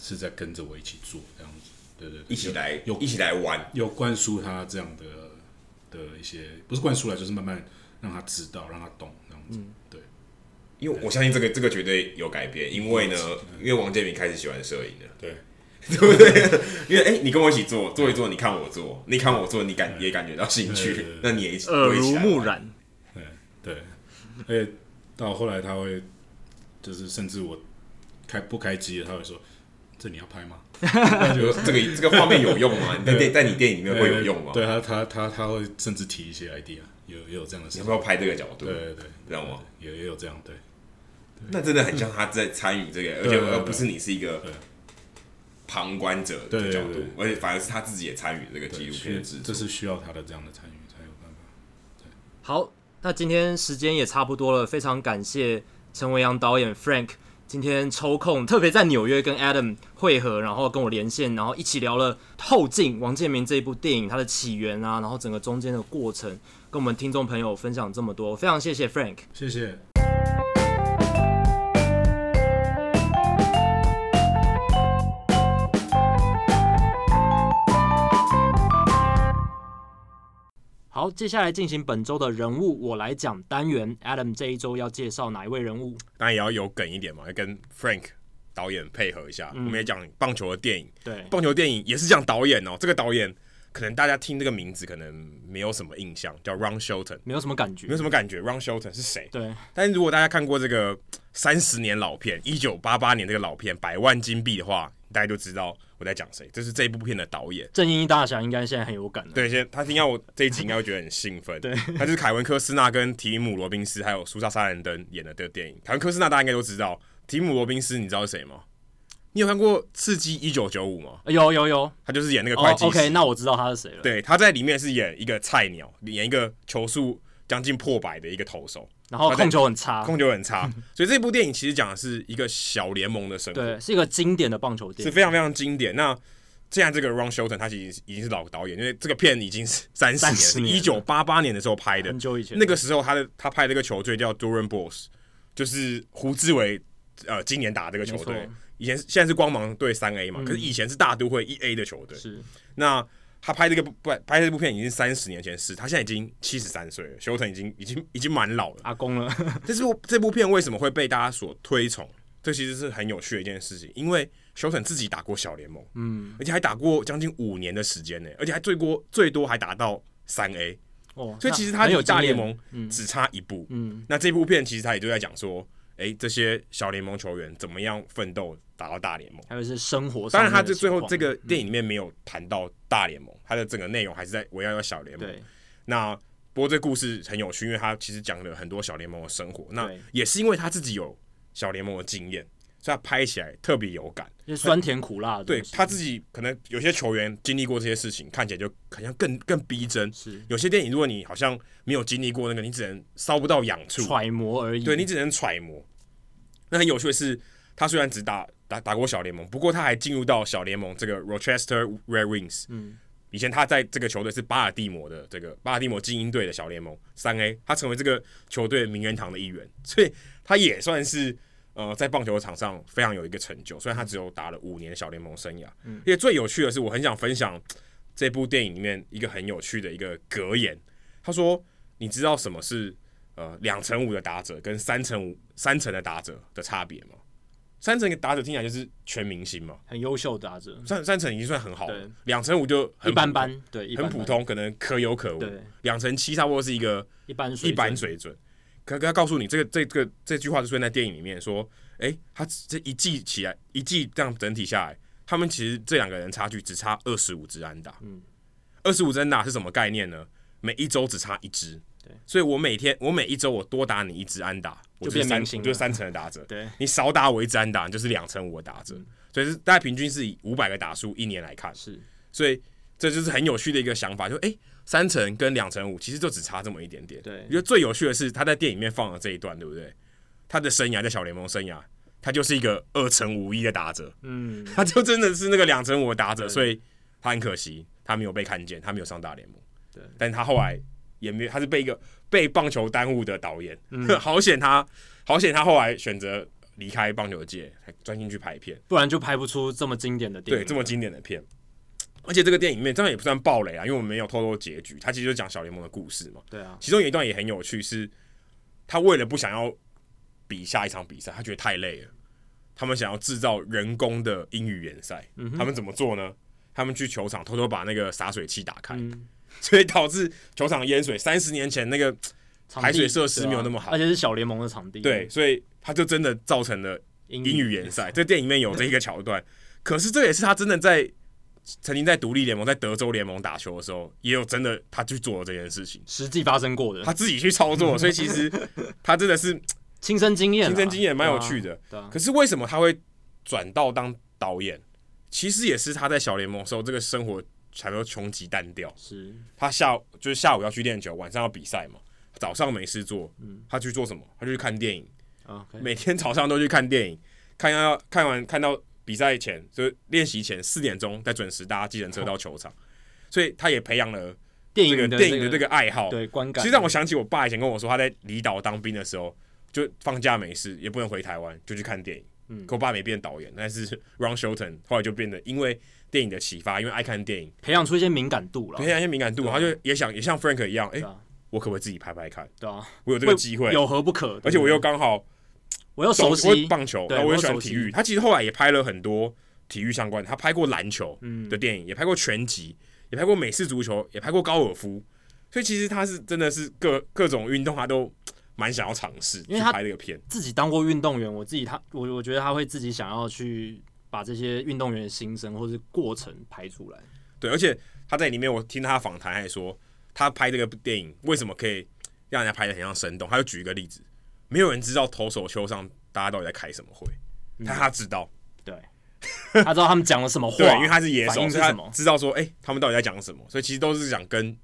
是在跟着我一起做这样子，对对对，一起来有一起来玩，有灌输他这样的的一些，不是灌输了，就是慢慢让他知道，让他懂这样子。对，因为我相信这个这个绝对有改变，因为呢，因为王建民开始喜欢摄影了，对， 对不对？因为哎、你跟我一起做，做一做，你看我做，你看我做，你感也感觉到兴对趣对对，那你也一起耳我一起濡来目玩。染，对对，而且到后来他会，就是甚至我开不开机了，他会说：“这你要拍吗 就这个这个画面有用 吗？你在电在你电影里？”面会有用吗？啊对他，他他他会甚至提一些 idea，有也有这样的事你要情不。要拍这个角度对？对对，知道吗？也也有这样对。那真的很像他在参与这嗯个，而且对对而不是你是一个对旁观者对的对角对度，而且反而是他自己也参与这个纪对，录需片制这作。是需要他的这样的参与才有办法。好，那今天时间也差不多了，非常感谢陈维阳导演 Frank 今天抽空特别在纽约跟 Adam 会合，然后跟我连线，然后一起聊了《后进》王建民这一部电影它的起源啊，然后整个中间的过程，跟我们听众朋友分享这么多，非常谢谢 Frank。谢谢。好，接下来进行本周的人物我来讲单元。Adam 这一周要介绍哪一位人物？当然也要有梗一点嘛，要跟 Frank 导演配合一下。嗯我们也讲棒球的电影，对，棒球电影也是讲导演哦。这个导演可能大家听这个名字可能没有什么印象，叫 Ron Shelton，没有什么感觉没有。什么感觉。Ron Shelton 是谁？对，但是如果大家看过这个三十年老片，一九八八年这个老片《百万金币》的话，大家就知道我在讲谁。这是这一部片的导演。正义大侠应该现在很有感了。对，现在他听到我这一集应该会觉得很兴奋。对，他就是凯文科斯纳跟提姆罗宾斯还有苏莎莎兰登演的这个电影。凯文科斯纳大家应该都知道，提姆罗宾斯你知道是谁吗？你有看过《刺激一九九五》吗？呃，有有有。他就是演那个哦会计师。 ，OK，那我知道他是谁了。对，他在里面是演一个菜鸟，演一个球速将近破百的一个投手，然后他在控球很差，控球 很差。所以这部电影其实讲的是一个小联盟的生活。对，是一个经典的棒球电是影。非常非常经典。那现在这个 Ron Shelton 他其实已经是老导演，因为这个片已经是三十30年，年一了九八八年的时候拍的很。久以前，那个时候他的他拍这个球队叫 Duran Bulls，就是胡志伟呃今年打这个球没错，队嗯以前现在是光芒队三 A 嘛，可是以前是大都会一 A 的球队。是那他拍这个部拍拍这部片已经三十年前的事，他现在已经七十三岁了，Shelton 已经已经已经蛮老了。阿公 了，但是我这部片为什么会被大家所推崇？这其实是很有趣的一件事情，因为休腾自己打过小联盟，嗯，而且还打过将近五年的时间呢，而且还最多最多还达到三 A，哦，所以其实那他很有离大经联验盟只差一步。嗯，那这部片其实他也就在讲说，诶，这些小联盟球员怎么样奋斗达到大联盟。还有一些生活上当面然，他的情况。嗯这最后这个电影里面没有谈到大联盟，他的整个内容还是在围绕着小联盟。对那不过这故事很有趣，因为他其实讲了很多小联盟的生活。那对也是因为他自己有小联盟的经验，所以他拍起来特别有感。就是酸甜苦辣的东对西。他自己可能有些球员经历过这些事情，看起来就好像更更逼真。是有些电影，如果你好像没有经历过那个，你只能烧不到痒处，揣摩而已。对你只能揣摩。那很有趣的是，他虽然只打打打过小联盟，不过他还进入到小联盟这个 Rochester Red Wings。嗯，以前他在这个球队是巴尔的摩的这个巴尔的摩精英队的小联盟三 A，他成为这个球队名人堂的一员，所以他也算是呃在棒球场上非常有一个成就。虽然他只有打了五年小联盟生涯，嗯、而且最有趣的是，我很想分享这部电影里面一个很有趣的一个格言，他说：“你知道什么是呃两乘五的打者跟三乘五三乘的打者的差别吗？三乘的打者听起来就是全明星嘛，很优秀的打者，三三乘已经算很好了对，两乘五就很一般，般，对，一般很般普，通，可能可有可无对。两乘七差不多是一个一般水一般准水准。可可他告诉你，这个这这个这句话就出现在电影里面，说，诶，他这一季起来，一季这样整体下来，他们其实这两个人差距只差二十五支安打。嗯，二十五支安打是什么概念呢？每一周只差一支。对，所以我每天我每一周我多打你一支安打，我是变三明星我就是了三成的打者。 对，嗯你少打我一支安打，你就是两成五的打者。所以是大家平均是以五百个打数一年来看。是所以这就是很有趣的一个想法，就诶，三乘跟两乘五其实就只差这么一点点。对我觉得最有趣的是他在电影里面放了这一段，对不对？他的生涯在小联盟生涯，他就是一个二乘五一的打者，嗯，他就真的是那个两乘五的打者，所以他很可惜，他没有被看见，他没有上大联盟。对，但他后来也没有，他是被一个被棒球耽误的导演，嗯 好险他，好险他后来选择离开棒球界，还专心去拍片。不然就拍不出这么经典的电对，影。这么经典的片。而且这个电影里面，当然也不算暴雷啊，因为我们没有透露结局，它其实就讲小联盟的故事嘛。对啊，其中有一段也很有趣，是他为了不想要比下一场比赛，他觉得太累了，他们想要制造人工的英语联赛。嗯他们怎么做呢？他们去球场偷偷把那个洒水器打开，嗯所以导致球场淹水。三十年前那个场地排水设施没有那么好对啊而且是小联盟的场地。对，，所以他就真的造成了英英语联赛，这电影里面有这一个桥段。可是这也是他真的在曾经在独立联盟、在德州联盟打球的时候，也有真的他去做了这件事情，实际发生过的他，自己去操作，所以其实他真的是亲身经验啊，亲身经验蛮有趣的。的。对啊可，是为什么他会转到当导演？其实也是他在小联盟的时候，这个生活才说穷极单调。是他下午就是下午要去练球，晚上要比赛嘛，早上没事做，他去做什么？他就去看电影。 OK， 每天早上都去看电影，看要看完看到比赛前，就是练习前四点钟再准时搭计程车到球场，所以他也培养了电这个影的电影这的这个爱好。对观感，其实让我想起我爸以前跟我说，他在离岛当兵的时候，就放假没事也不能回台湾，就去看电影。嗯可我爸没变导演，但是 Ron Shelton 后来就变得因为电影的启发，因为爱看电影，培养出一些敏感度了。培养一些敏感度，他就也想也像 Frank 一样，哎、哦啊对啊我可不可以自己拍拍看？对啊，我有这个机会，有何不可？而且我又对刚好我又熟我悉棒球，对然后我我也喜欢熟悉体育。他其实后来也拍了很多体育相关的，他拍过篮球嗯的电影，也拍过拳击，也拍过美式足球，也拍过高尔夫。所以其实他是真的是各各种运动他都蛮想要尝试，因为他去拍这个片。自己当过运动员，我自己他我我觉得他会自己想要去把这些运动员的心声或是过程拍出来。对，而且他在里面，我听他访谈还说，他拍这个电影为什么可以让人家拍的很像生动？他就举一个例子，没有人知道投手球上大家到底在开什么会，但他知道。对， 他知道他们讲了什么话，对，因为他是野反手，应所是以他什么？知道说，哎、他们到底在讲什么，所以其实都是讲跟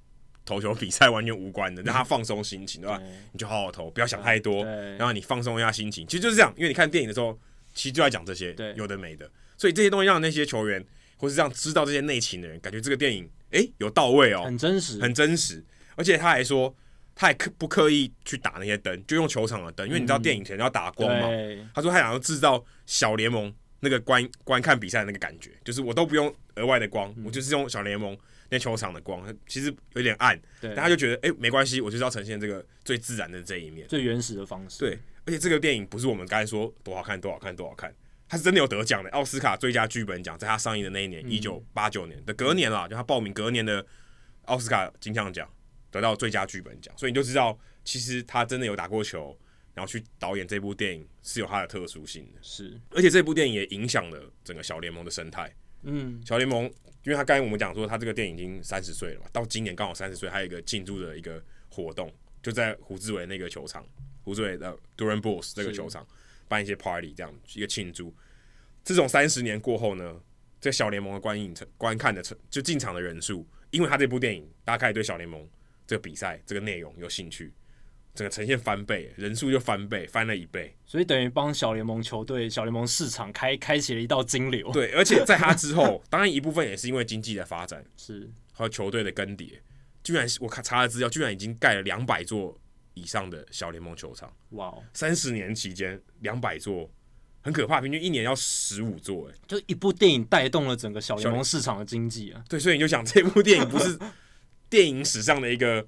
投球比赛完全无关的，嗯让他放松心情，对吧？你就好好投，不要想太多对，然后你放松一下心情，其实就是这样。因为你看电影的时候，其实就在讲这些对有的没的，所以这些东西让那些球员或是让知道这些内情的人，感觉这个电影哎、有到位哦，很真实，很真实，而且他还说。他还刻不刻意去打那些灯，就用球场的灯，因为你知嗯道电影可能要打光嘛，对，他说他想要制造小联盟那个观观看比赛的那个感觉，就是我都不用额外的光，我就是用小联盟那球场的光，其实有点暗，对但他就觉得哎、诶没关系，我就是要呈现这个最自然的这一面。最原始的方式。对，而且这个电影不是我们刚才说多好看多好看多好看，它是真的有得奖的，奥斯卡最佳剧本奖，在它上映的那一年，一九八九年的隔年啦，就它报名隔年的奥斯卡金像奖得到最佳剧本奖，所以你就知道其实他真的有打过球，然后去导演这部电影是有它的特殊性的。是，而且这部电影也影响了整个小联盟的生态。嗯，小联盟，因为他刚才我们讲说，他这个电影已经三十岁了嘛，到今年刚好三十岁，还有一个庆祝的一个活动，就在胡志伟那个球场，胡志伟的 Duran Bulls 呃这个球场办一些 party 这样一个庆祝。自从三十年过后呢，这小联盟的观影观看的成就进场的人数，因为他这部电影，大家开始对小联盟这个比赛这个内容有兴趣，整个呈现翻倍，人数就翻倍，翻了一倍。所以等于帮小联盟球队、小联盟市场开开启了一道金流。对，而且在他之后，当然一部分也是因为经济的发展是和球队的更迭，居然是我看查了资料，居然已经盖了两百座以上的小联盟球场，哇哦，三十年期间两百座，很可怕，平均一年要十五座，哎，就一部电影带动了整个小联小盟市场的经济啊，对，所以你就想这部电影不 是电影史上的一个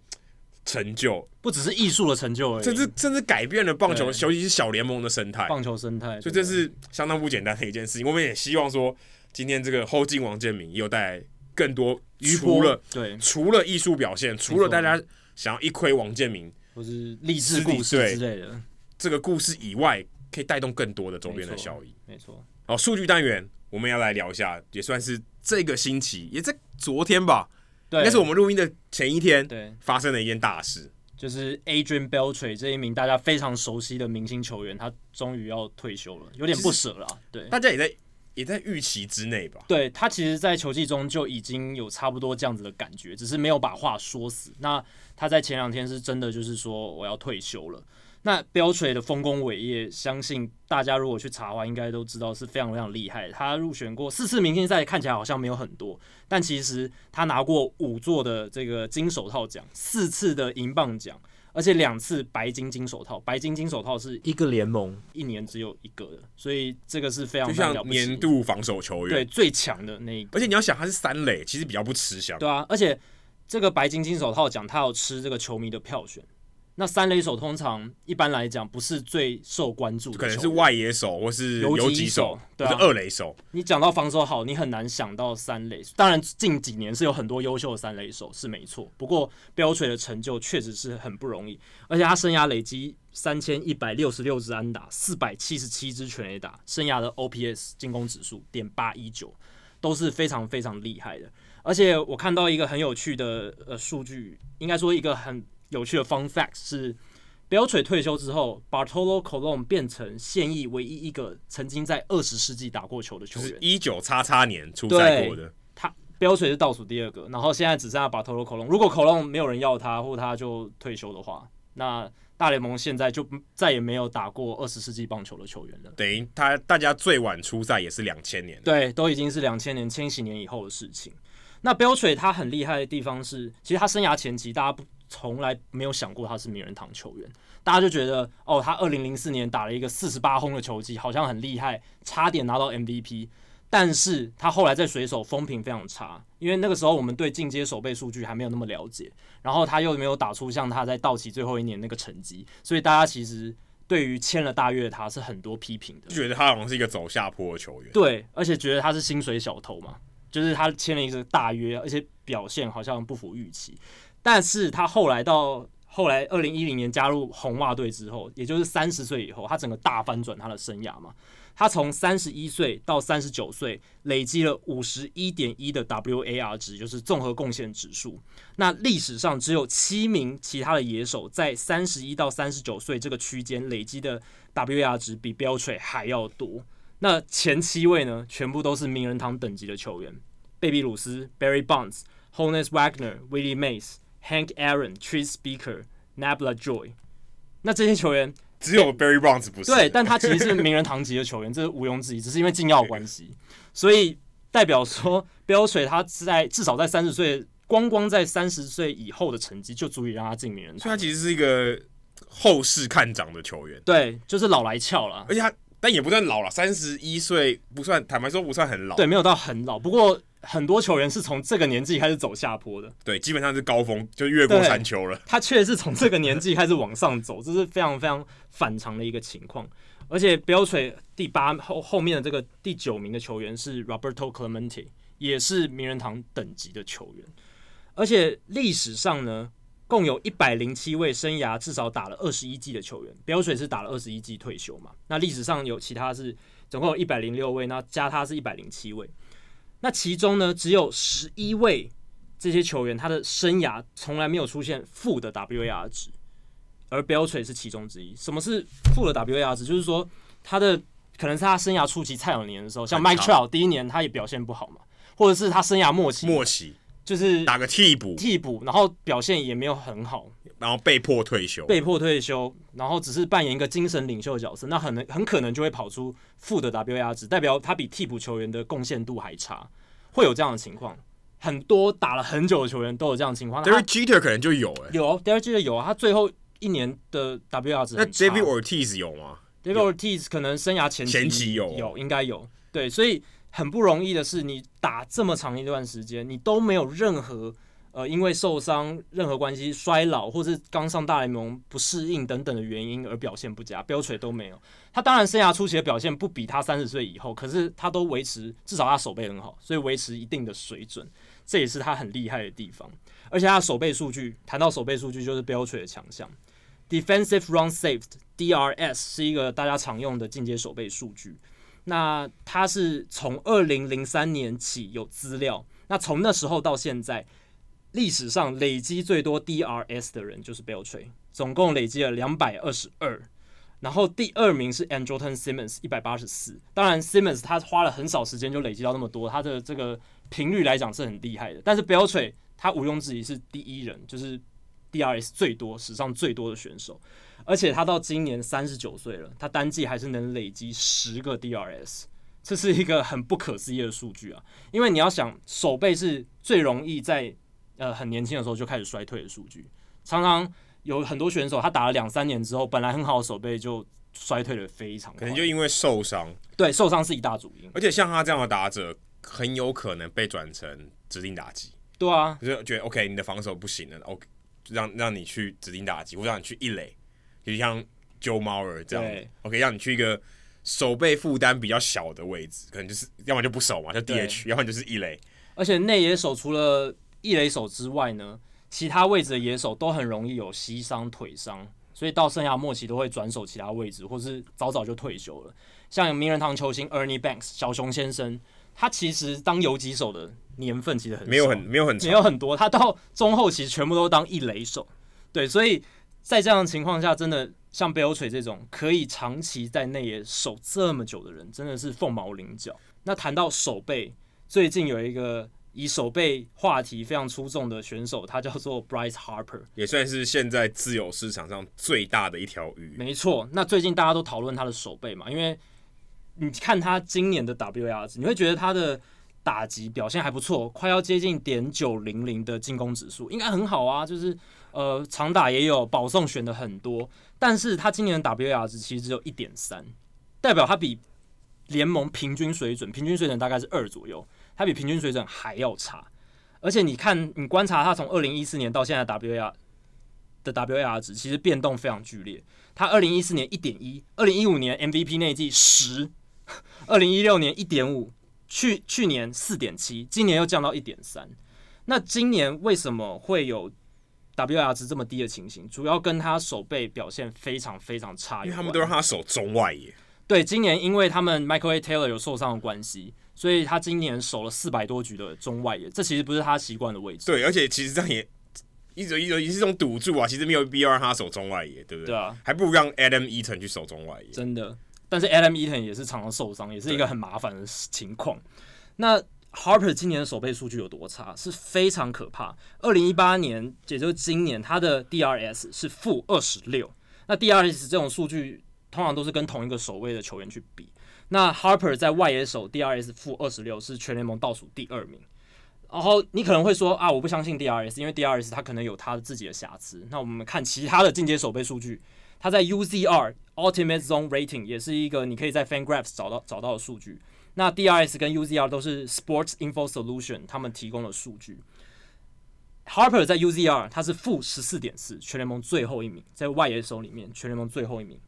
成就，不只是艺术的成就而已，甚至甚至改变了棒球，对尤其是小联盟的生态，棒球生态。所以对这吧是相当不简单的一件事情。我们也希望说，今天这个后进王建民也有带来更多余除波了。对，除了艺术表现，除了没错大家想要一窥王建民或是励志实体故事对之类的，这个故事以外，可以带动更多的周边的没错效益。没错。好，数据单元我们要来聊一下，也算是这个星期，也在昨天吧，对，应该是我们录音的前一天对，发生的一件大事。就是 Adrian Beltre 这一名大家非常熟悉的明星球员，他终于要退休了，有点不舍了啊。对，大家也在也在预期之内吧？对他其实，在球季中就已经有差不多这样子的感觉，只是没有把话说死。那他在前两天是真的就是说我要退休了。那标锤的丰功伟业，相信大家如果去查的话，应该都知道是非常非常厉害的。他入选过四次明星赛，看起来好像没有很多，但其实他拿过五座的这个金手套奖，四次的银棒奖，而且两次白金金手套。白金金手套是一个联盟，一年只有一个的，所以这个是非常就非常像了不起的年度防守球对员，最强的那一个。而且你要想他是三垒，其实比较不吃香。对啊，而且这个白金金手套奖，它有吃这个球迷的票选。那三垒手通常一般来讲不是最受关注的球可员，能是外野手，或是游击游击手或对啊是二垒手，你讲到防守好，你很难想到三垒。当然，近几年是有很多优秀的三垒手是没错，不过标锤的成就确实是很不容易。而且他生涯累积三千一百六十六支安打，四百七十七支全垒打，生涯的 OPS 进攻指数点八一九，都是非常非常厉害的。而且我看到一个很有趣的呃数据，应该说一个很有趣的 fun fact 是。标锤退休之后，Bartolo Colon 变成现役唯一一个曾经在二十世纪打过球的球就员是。一九叉叉年出赛过的。他标锤是倒数第二个，然后现在只剩下把头罗口龙。如果口龙没有人要他，或他就退休的话，那大联盟现在就再也没有打过二十世纪棒球的球员了。等于他大家最晚出赛也是两千年，对，都已经是两千年、千禧年以后的事情。那标锤他很厉害的地方是，其实他生涯前期大家不从来没有想过他是名人堂球员，大家就觉得哦，他二零零四年打了一个四十八轰的球季，好像很厉害，差点拿到 MVP。但是他后来在水手风评非常差，因为那个时候我们对进阶守备数据还没有那么了解，然后他又没有打出像他在道奇最后一年那个成绩，所以大家其实对于签了大约的他是很多批评的就。觉得他好像是一个走下坡的球员。对，而且觉得他是薪水小偷嘛，就是他签了一个大约，而且表现好像不符预期。但是他后来到后来，二零一零年加入红袜队之后，也就是三十岁以后，他整个大翻转他的生涯嘛。他从三十一岁到三十九岁，累积了五十一点一的 WAR 值，就是综合贡献指数。那历史上只有七名其他的野手在三十一到三十九岁这个区间累积的 WAR 值比标锤还要多。那前七位呢，全部都是名人堂等级的球员，贝比鲁斯 （Barry Bonds）、Honus Wagner、Willie Mays、Hank Aaron、Tree Speaker、Nabla Joy。那这些球员，只有 Barry Bonds 不是。对，但他其实是名人堂级的球员， 这是毋庸置疑，只是因为禁药关系，所以代表说标水他在至少在三十岁，光光在三十岁以后的成绩就足以让他进名人所堂以他了。其实是一个后世看涨的球员，对，就是老来俏了而。且他但也不算老了，三十一岁不算，坦白说不算很老。对，没有到很老，不过很多球员是从这个年纪开始走下坡的。对基本上是高峰，就越过对山丘了。他确实是从这个年纪开始往上走，这是非常非常反常的一个情况。而且标锤第八后后面的这个第九名的球员是 Roberto Clemente，也是名人堂等级的球员。而且历史上呢，共有一百零七位生涯至少打了二十一季的球员，标水是打了二十一季退休嘛？那历史上有其他是总共有一百零六位，那加他是一百零七位。那其中呢，只有十一位这些球员他的生涯从来没有出现负的 WAR 值，而标锤是其中之一。什么是负的 WAR 值？就是说他的可能是他生涯初期蔡永年的时候，像 Mike 很强 Trout 第一年他也表现不好嘛，或者是他生涯末期默契就是打个替补，替补，然后表现也没有很好，然后被迫退休。被迫退休，然后只是扮演一个精神领袖的角色，那很能很可能就会跑出负的 WAR 值，代表他比替补球员的贡献度还差，会有这样的情况。很多打了很久的球员都有这样的情况。那 d e r 他 e Jeter 可能就有欸哎、有 d e r e k 有啊，他最后一年的 WAR 值那很差。 JV Ortiz 有吗？ David Ortiz 可能生涯前前期有哦有应该有对，所以很不容易的是，你打这么长一段时间，你都没有任何呃因为受伤、任何关系、衰老或是刚上大联盟不适应等等的原因而表现不佳，标锤都没有。他当然生涯初期的表现不比他三十岁以后，可是他都维持至少他手背很好，所以维持一定的水准，这也是他很厉害的地方。而且他的手背数据，谈到手背数据就是标锤的强项。Defensive Run Saved DRS 是一个大家常用的进阶守备数据。那它是从二零零三年起有资料，那从那时候到现在，历史上累积最多 DRS 的人就是 Bell t r y 总共累积了两百二十二。然后第二名是 Andrelton Simmons 一百八十四，当然 Simmons 他花了很少时间就累积到那么多，他的这个频率来讲是很厉害的。但是 Bell t r y 他毋庸置疑是第一人，就是 DRS 最多、史上最多的选手，而且他到今年三十九岁了，他单季还是能累积十个 DRS，这是一个很不可思议的数据啊！因为你要想，手背是最容易在呃很年轻的时候就开始衰退的数据，常常有很多选手他打了两三年之后，本来很好的手背就衰退的非常快，可能就因为受伤，对受伤是一大主因，而且像他这样的打者，很有可能被转成指定打击。对啊，就是觉得 OK，你的防守不行了，OK，让让你去指定打击，或让你去一垒，就像 Joe Mauer 这样对，OK，让你去一个手背负担比较小的位置，可能就是要么就不守嘛，就对 DH，要么就是一垒，而且内野手除了一垒手之外呢，其他位置的野手都很容易有膝伤、腿伤，所以到生涯末期都会转手其他位置，或是早早就退休了。像名人堂球星 Ernie Banks 小熊先生，他其实当游击手的年份其实很没有少很没有很没长，有很多，他到中后期全部都当一垒手。对，所以在这样的情况下，真的像 b e l t r 这种可以长期在内野守这么久的人，真的是凤毛麟角。那谈到守备，最近有一个以守备话题非常出众的选手，他叫做 Bryce Harper。也算是现在自由市场上最大的一条鱼。没错，那最近大家都讨论他的手背嘛，因为你看他今年的 WR 值，你会觉得他的打击表现还不错，快要接近点九零零的进攻指数，应该很好啊。就是呃，长打也有，保送选的很多，但是他今年的 WR 值其实只有一点三，代表他比联盟平均水准，平均水准大概是二左右，他比平均水准还要差。而且你看，你观察他从二零一四年到现在的 WR 的 WAR 值，其实变动非常剧烈。他二零一四年一点一，二零一五年 MVP 那一季十， 二零一六年一点五，去去年四点七，今年又降到一点三。那今年为什么会有 WR 值这么低的情形？主要跟他手背表现非常非常差有关，因为他们都让他守中外野，对，今年因为他们 Michael A. Taylor 有受伤的关系，所以他今年守了四百多局的中外野，这其实不是他习惯的位置。对，而且其实这样也一直一直也是一种赌注啊，其实没有必要让他守中外野，对不对？对啊还不如让 Adam Eaton 去守中外野。真的。但是 Adam Eaton 也是常常受伤，也是一个很麻烦的情况。那 Harper 今年的守备数据有多差，是非常可怕。二零一八年，也就是今年，他的 DRS 是负二十六。那 DRS 这种数据通常都是跟同一个守卫的球员去比。那 Harper 在外野手 DRS 负二十六是全联盟倒数第二名。然后你可能会说啊，我不相信 DRS，因为 DRS 它可能有它自己的瑕疵。那我们看其他的进阶守备数据，它在 UZR Ultimate Zone Rating 也是一个你可以在 FanGraphs 找到找到的数据。那 DRS 跟 UZR 都是 Sports Info Solution 他们提供的数据。Harper 在 UZR 他是负十四点四，全联盟最后一名，在外野手里面全联盟最后一名。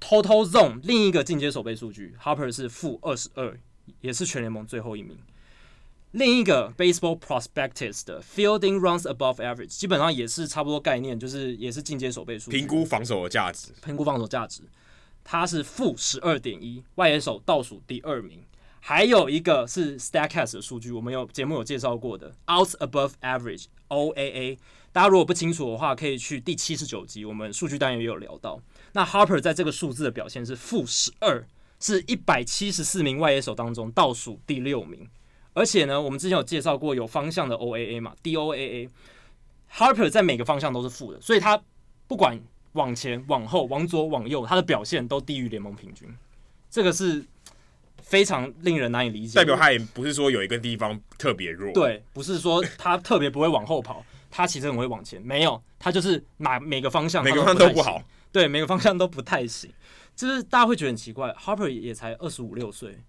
Total Zone 另一个进阶守备数据，Harper 是负二十二，也是全联盟最后一名。另一个 Baseball Prospectus 的 Fielding Runs Above Average 基本上也是差不多概念，就是也是进阶守备数据评估防守的价值，评估防守价值，它是负十二点一，外野手倒数第二名。还有一个是 Statcast 的数据，我们有节目有介绍过的 Outs Above Average OAA，大家如果不清楚的话，可以去第七十九集，我们数据单元也有聊到。那 Harper 在这个数字的表现是负十二，是一百七十四名外野手当中倒数第六名。而且呢，我们之前有介绍过有方向的 OAA 嘛，DOAA，Harper 在每个方向都是负的，所以他不管往前、往后、往左、往右，他的表现都低于联盟平均。这个是非常令人难以理解的，代表他也不是说有一个地方特别弱，，对，不是说他特别不会往后跑，他其实很会往前。没有，他就是哪每个方向每个他方都都不太好行，对，每个方向都不太行。就是大家会觉得很奇怪，Harper 也才二十五六岁，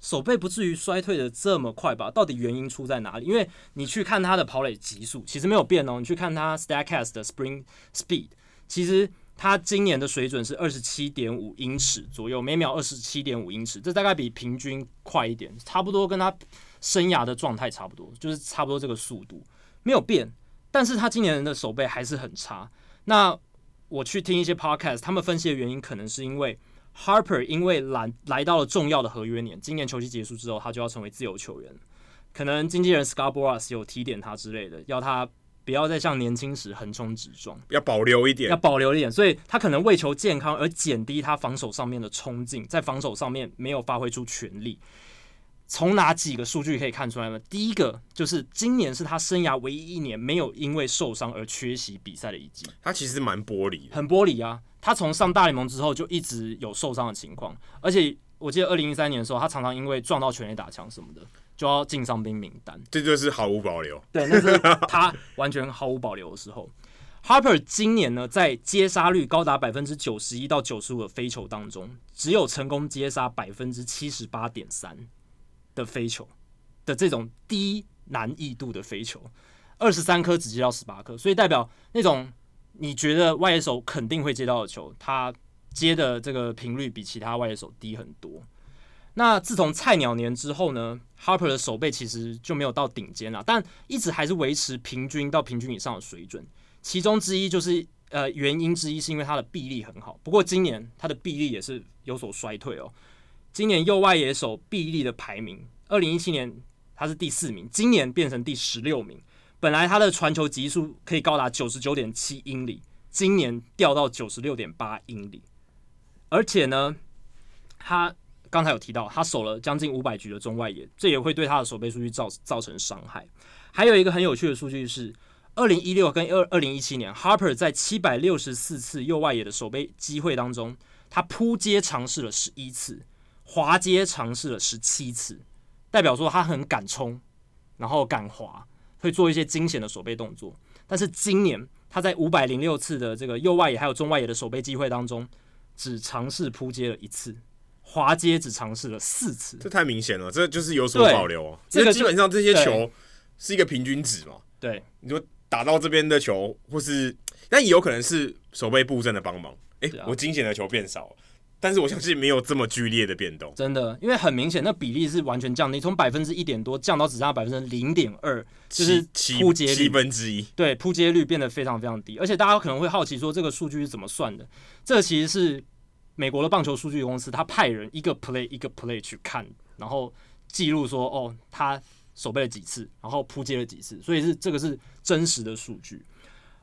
手背不至于衰退的这么快吧？到底原因出在哪里？因为你去看他的跑垒级数，其实没有变哦。你去看他 Statcast 的 Spring Speed，其实他今年的水准是二十七点五英尺左右，每秒二十七点五英尺，这大概比平均快一点，差不多跟他生涯的状态差不多，就是差不多这个速度没有变。但是他今年的手背还是很差。那我去听一些 podcast，他们分析的原因可能是因为 Harper 因为来来到了重要的合约年，今年球季结束之后，他就要成为自由球员了可能经纪人 Scarborough 有提点他之类的，要他不要再像年轻时横冲直撞。要保留一要点，保留一点，所以他可能为求健康而减低他防守上面的冲劲，在防守上面没有发挥出全力。从哪几个数据可以看出来呢？第一个就是今年是他生涯唯一一年没有因为受伤而缺席比赛的一季，他其实蛮玻璃的，很玻璃啊。他从上大联盟之后就一直有受伤的情况，而且我记得二零一三年的时候，他常常因为撞到全垒打墙什么的，就要进伤兵名单。这就是毫无保留。对，那是他完全毫无保留的时候。Harper 今年呢，在接杀率高达百分之九十一到九十五的飞球当中，只有成功接杀百分之七十八点三的飞球的这种低难易度的飞球，二十三颗只接到十八颗，所以代表那种你觉得外野手肯定会接到的球，他接的这个频率比其他外野手低很多。那自从菜鸟年之后呢，Harper 的手背其实就没有到顶尖了，但一直还是维持平均到平均以上的水准。其中之一就是呃原因之一是因为他的臂力很好，不过今年他的臂力也是有所衰退哦。今年右外野手臂力的排名，二零一七年他是第四名，今年变成第十六名。本来他的传球级数可以高达九十九点七英里，今年掉到九十六点八英里，而且呢，他刚才有提到，他守了将近五百局的中外野，这也会对他的守备数据造造成伤害。还有一个很有趣的数据是，二零一六跟二二零一七年，Harper 在七百六十四次右外野的守备机会当中，他扑接尝试了十一次，滑接尝试了十七次，代表说他很敢冲，然后敢滑，会做一些惊险的守备动作。但是今年他在五百零六次的这个右外野还有中外野的守备机会当中，只尝试扑接了一次，滑接只尝试了四次。这太明显了，这就是有所保留哦。对这这个就基本上这些对球是一个平均值嘛，对，你说打到这边的球，或是但也有可能是手背布阵的帮忙。诶，是啊我惊险的球变少了，但是我相信没有这么剧烈的变动。真的，因为很明显，那比例是完全降低，从百分之一点多降到只剩下百分之零点二，就是七扑七接七率，分之一，对扑接率变得非常非常低。而且大家可能会好奇说，这个数据是怎么算的？这其实是美国的棒球数据公司，他派人一个 play 一个 play 去看，然后记录说，哦，他守备了几次，然后扑接了几次，所以是这个是真实的数据。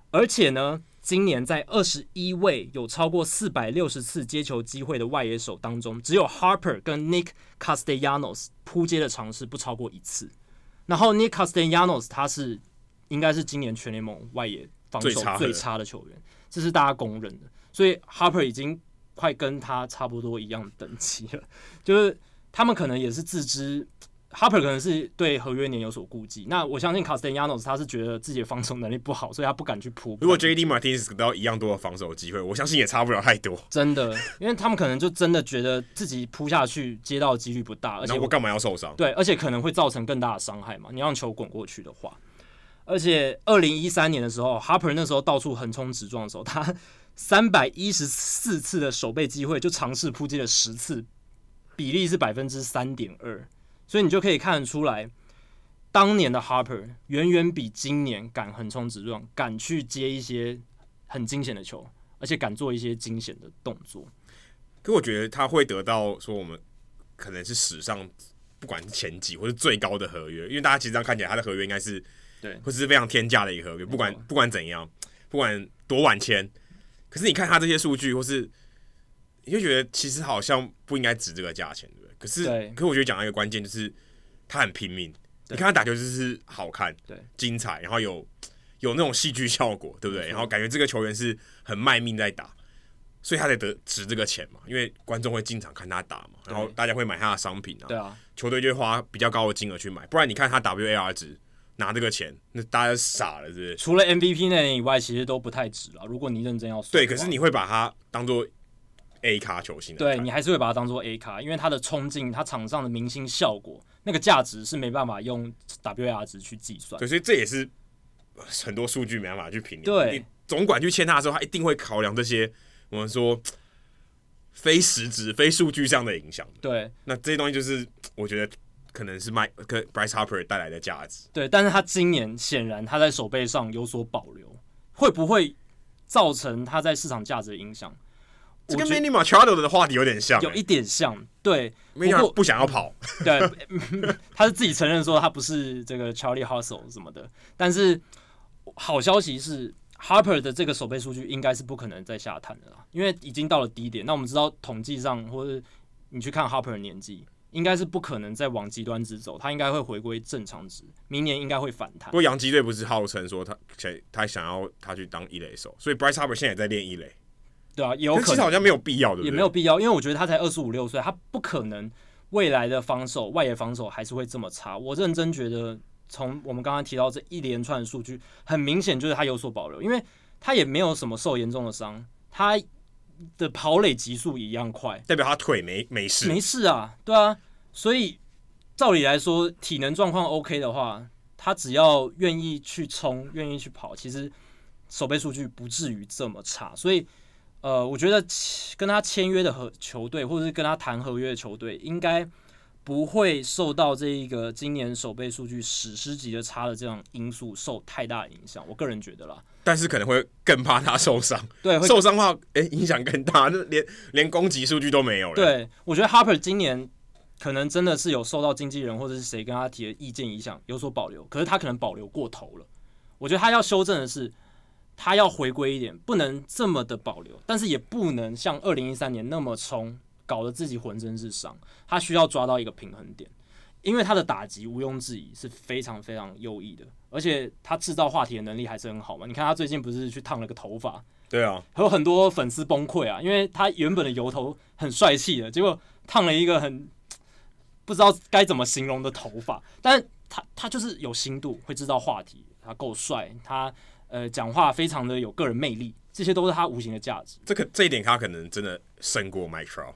而且呢，今年在二十一位有超过四百六十次接球机会的外野手当中，只有 Harper 跟 Nick Castellanos 扑接的尝试不超过一次。然后 Nick Castellanos 他是应该是今年全联盟外野防守最差的最差的球员，这是大家公认的。所以 Harper 已经快跟他差不多一样等级了， 就是他们可能也是自知 Harper 可能是对合约年有所顾忌，那我相信 Castellanos 他是觉得自己的防守能力不好，所以他不敢去扑。如果 J.D. Martinez 得到一样多的防守机会，我相信也差不了太多。真的，因为他们可能就真的觉得自己扑下去接到的几率不大，而且那我干嘛要受伤？对，而且可能会造成更大的伤害嘛。你让球滚过去的话，而且二零一三年的时候，Harper 那时候到处横冲直撞的时候，他三百一十四次的守备机会就尝试扑击了十次，比例是百分之三点二，所以你就可以看得出来，当年的 Harper 远远比今年敢横冲直撞，敢去接一些很惊险的球，而且敢做一些惊险的动作。可我觉得他会得到说我们可能是史上不管是前几或是最高的合约，因为大家其实这样看起来他的合约应该是对会是非常天价的一个合约，不管没错不管怎样，不管多晚签，可是你看他这些数据或是你就觉得其实好像不应该值这个价钱，对不对？可是对，可是我觉得讲到一个关键就是他很拼命，你看他打球就是好看，对，精彩，然后有有那种戏剧效果，对不对？然后感觉这个球员是很卖命在打，所以他才得值这个钱嘛，因为观众会经常看他打嘛，然后大家会买他的商品啊，对啊，球队就会花比较高的金额去买，不然你看他 WAR 值拿这个钱，那大家就傻了，是不是？除了 MVP 那年以外，其实都不太值了。如果你认真要算对，的话，可是你会把他当做 A 咖球星来对看你还是会把它当做 A 卡，因为它的冲劲、它场上的明星效果，那个价值是没办法用 WAR 值去计算。对，所以这也是呃很多数据没办法去评量。对你总管去签他的时候，他一定会考量这些我们说嘖非实质、非数据上的影响。对那这些东西就是嘖我觉得可能是麦跟 Bryce Harper 带来的价值。对，但是他今年显然他在手背上有所保留，会不会造成他在市场价值的影响？这我跟觉得 Manny Machado 的话题有点像、有欸一点像，对，不 Manny Machado 过不想要跑， 对，嗯他是自己承认说他不是这个 Charlie Hustle 什么的，但是好消息是 Harper 的这个守备数据应该是不可能再下探的啦，因为已经到了低点。那我们知道统计上或者你去看 Harper 的年纪，应该是不可能再往极端值走，他应该会回归正常值，明年应该会反弹不。过洋基队不是号称说他想他想要他去当一垒手，所以 Bryce Harper 现在也在练一垒，对啊，也有可是可其实好能像没有必要，对不对？也没有必要，因为我觉得他才二十五六岁，他不可能未来的防守外野防守还是会这么差。我认真觉得，从我们刚刚提到这一连串的数据，很明显就是他有所保留，因为他也没有什么受严重的伤，他的跑垒极速一样快，代表他腿没没事，没事啊，对啊，所以照理来说，体能状况 OK 的话，他只要愿意去冲，愿意去跑，其实守备数据不至于这么差。所以，呃，我觉得签跟他签约的合球队，或者是跟他谈合约的球队，应该不会受到这一个今年守备数据史诗级的差的这样因素受太大的影响。我个人觉得啦，但是可能会更怕他受伤。对， 会受伤的话，哎、影响更大，那连连攻击数据都没有了。，对，我觉得 Harper 今年可能真的是有受到经纪人或者是谁跟他提的意见影响，有所保留。可是他可能保留过头了。我觉得他要修正的是，他要回归一点，不能这么的保留，但是也不能像二零一三年那么冲，搞得自己浑身是伤。他需要抓到一个平衡点，因为他的打击毋庸置疑是非常非常优异的，而且他制造话题的能力还是很好嘛。你看他最近不是去烫了个头发，对啊，还有很多粉丝崩溃啊，因为他原本的油头很帅气的，结果烫了一个很不知道该怎么形容的头发，但是他他就是有深度，会制造话题，他够帅，他呃讲话非常的有个人魅力，这些都是他无形的价值，这个这一点他可能真的胜过 m i c r o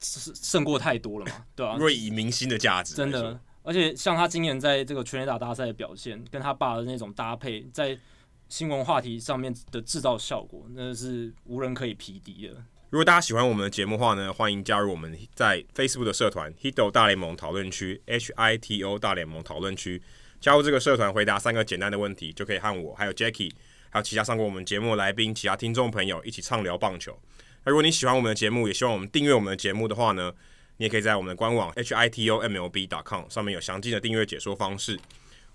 胜胜过太多了嘛，对啊如，果以明星的价 值，真的，，而且像他今年在这个全垒打大赛的表现，跟他爸的那种搭配，在新闻话题上面的制造效果，那是无人可以匹敌的。如果大家喜欢我们的节目的话呢，欢迎加入我们在 Facebook 的社团 Hito 大联盟讨论区 H I T O 大联盟讨论区。加入这个社团，回答三个简单的问题，就可以和我、还有 Jackie、还有其他上过我们节目的来宾、其他听众朋友一起畅聊棒球。那如果你喜欢我们的节目，也希望我们订阅我们的节目的话呢，你也可以在我们的官网 h i t o m l b com 上面有详尽的订阅解说方式。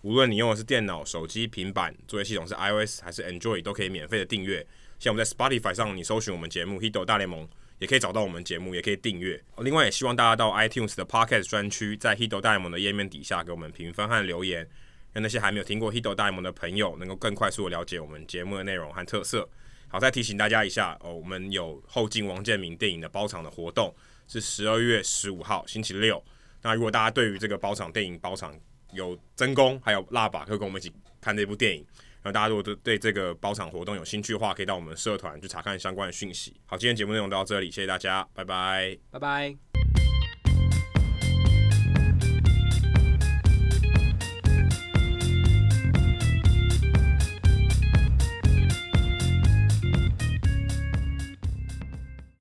无论你用的是电脑、手机、平板，作业系统是 iOS 还是 Android，都可以免费的订阅。像我们在 Spotify 上，你搜寻我们节目《Hito 大联盟》，也可以找到我们节目，也可以订阅。哦另外，也希望大家到 iTunes 的 Podcast 专区，在《Hito 大联盟》的页面底下给我们评分和留言，让那些还没有听过《Hito 大联盟》的朋友能够更快速的了解我们节目的内容和特色。好，再提醒大家一下哦，我们有后进王建民电影的包场的活动，是十二月十五号星期六。那如果大家对于这个包场电影包场有真功，还有辣爸可以跟我们一起看这部电影。那大家如果对对这个包场活动有兴趣的话，可以到我们社团去查看相关的讯息。好，今天节目内容到这里，谢谢大家，拜拜。拜拜。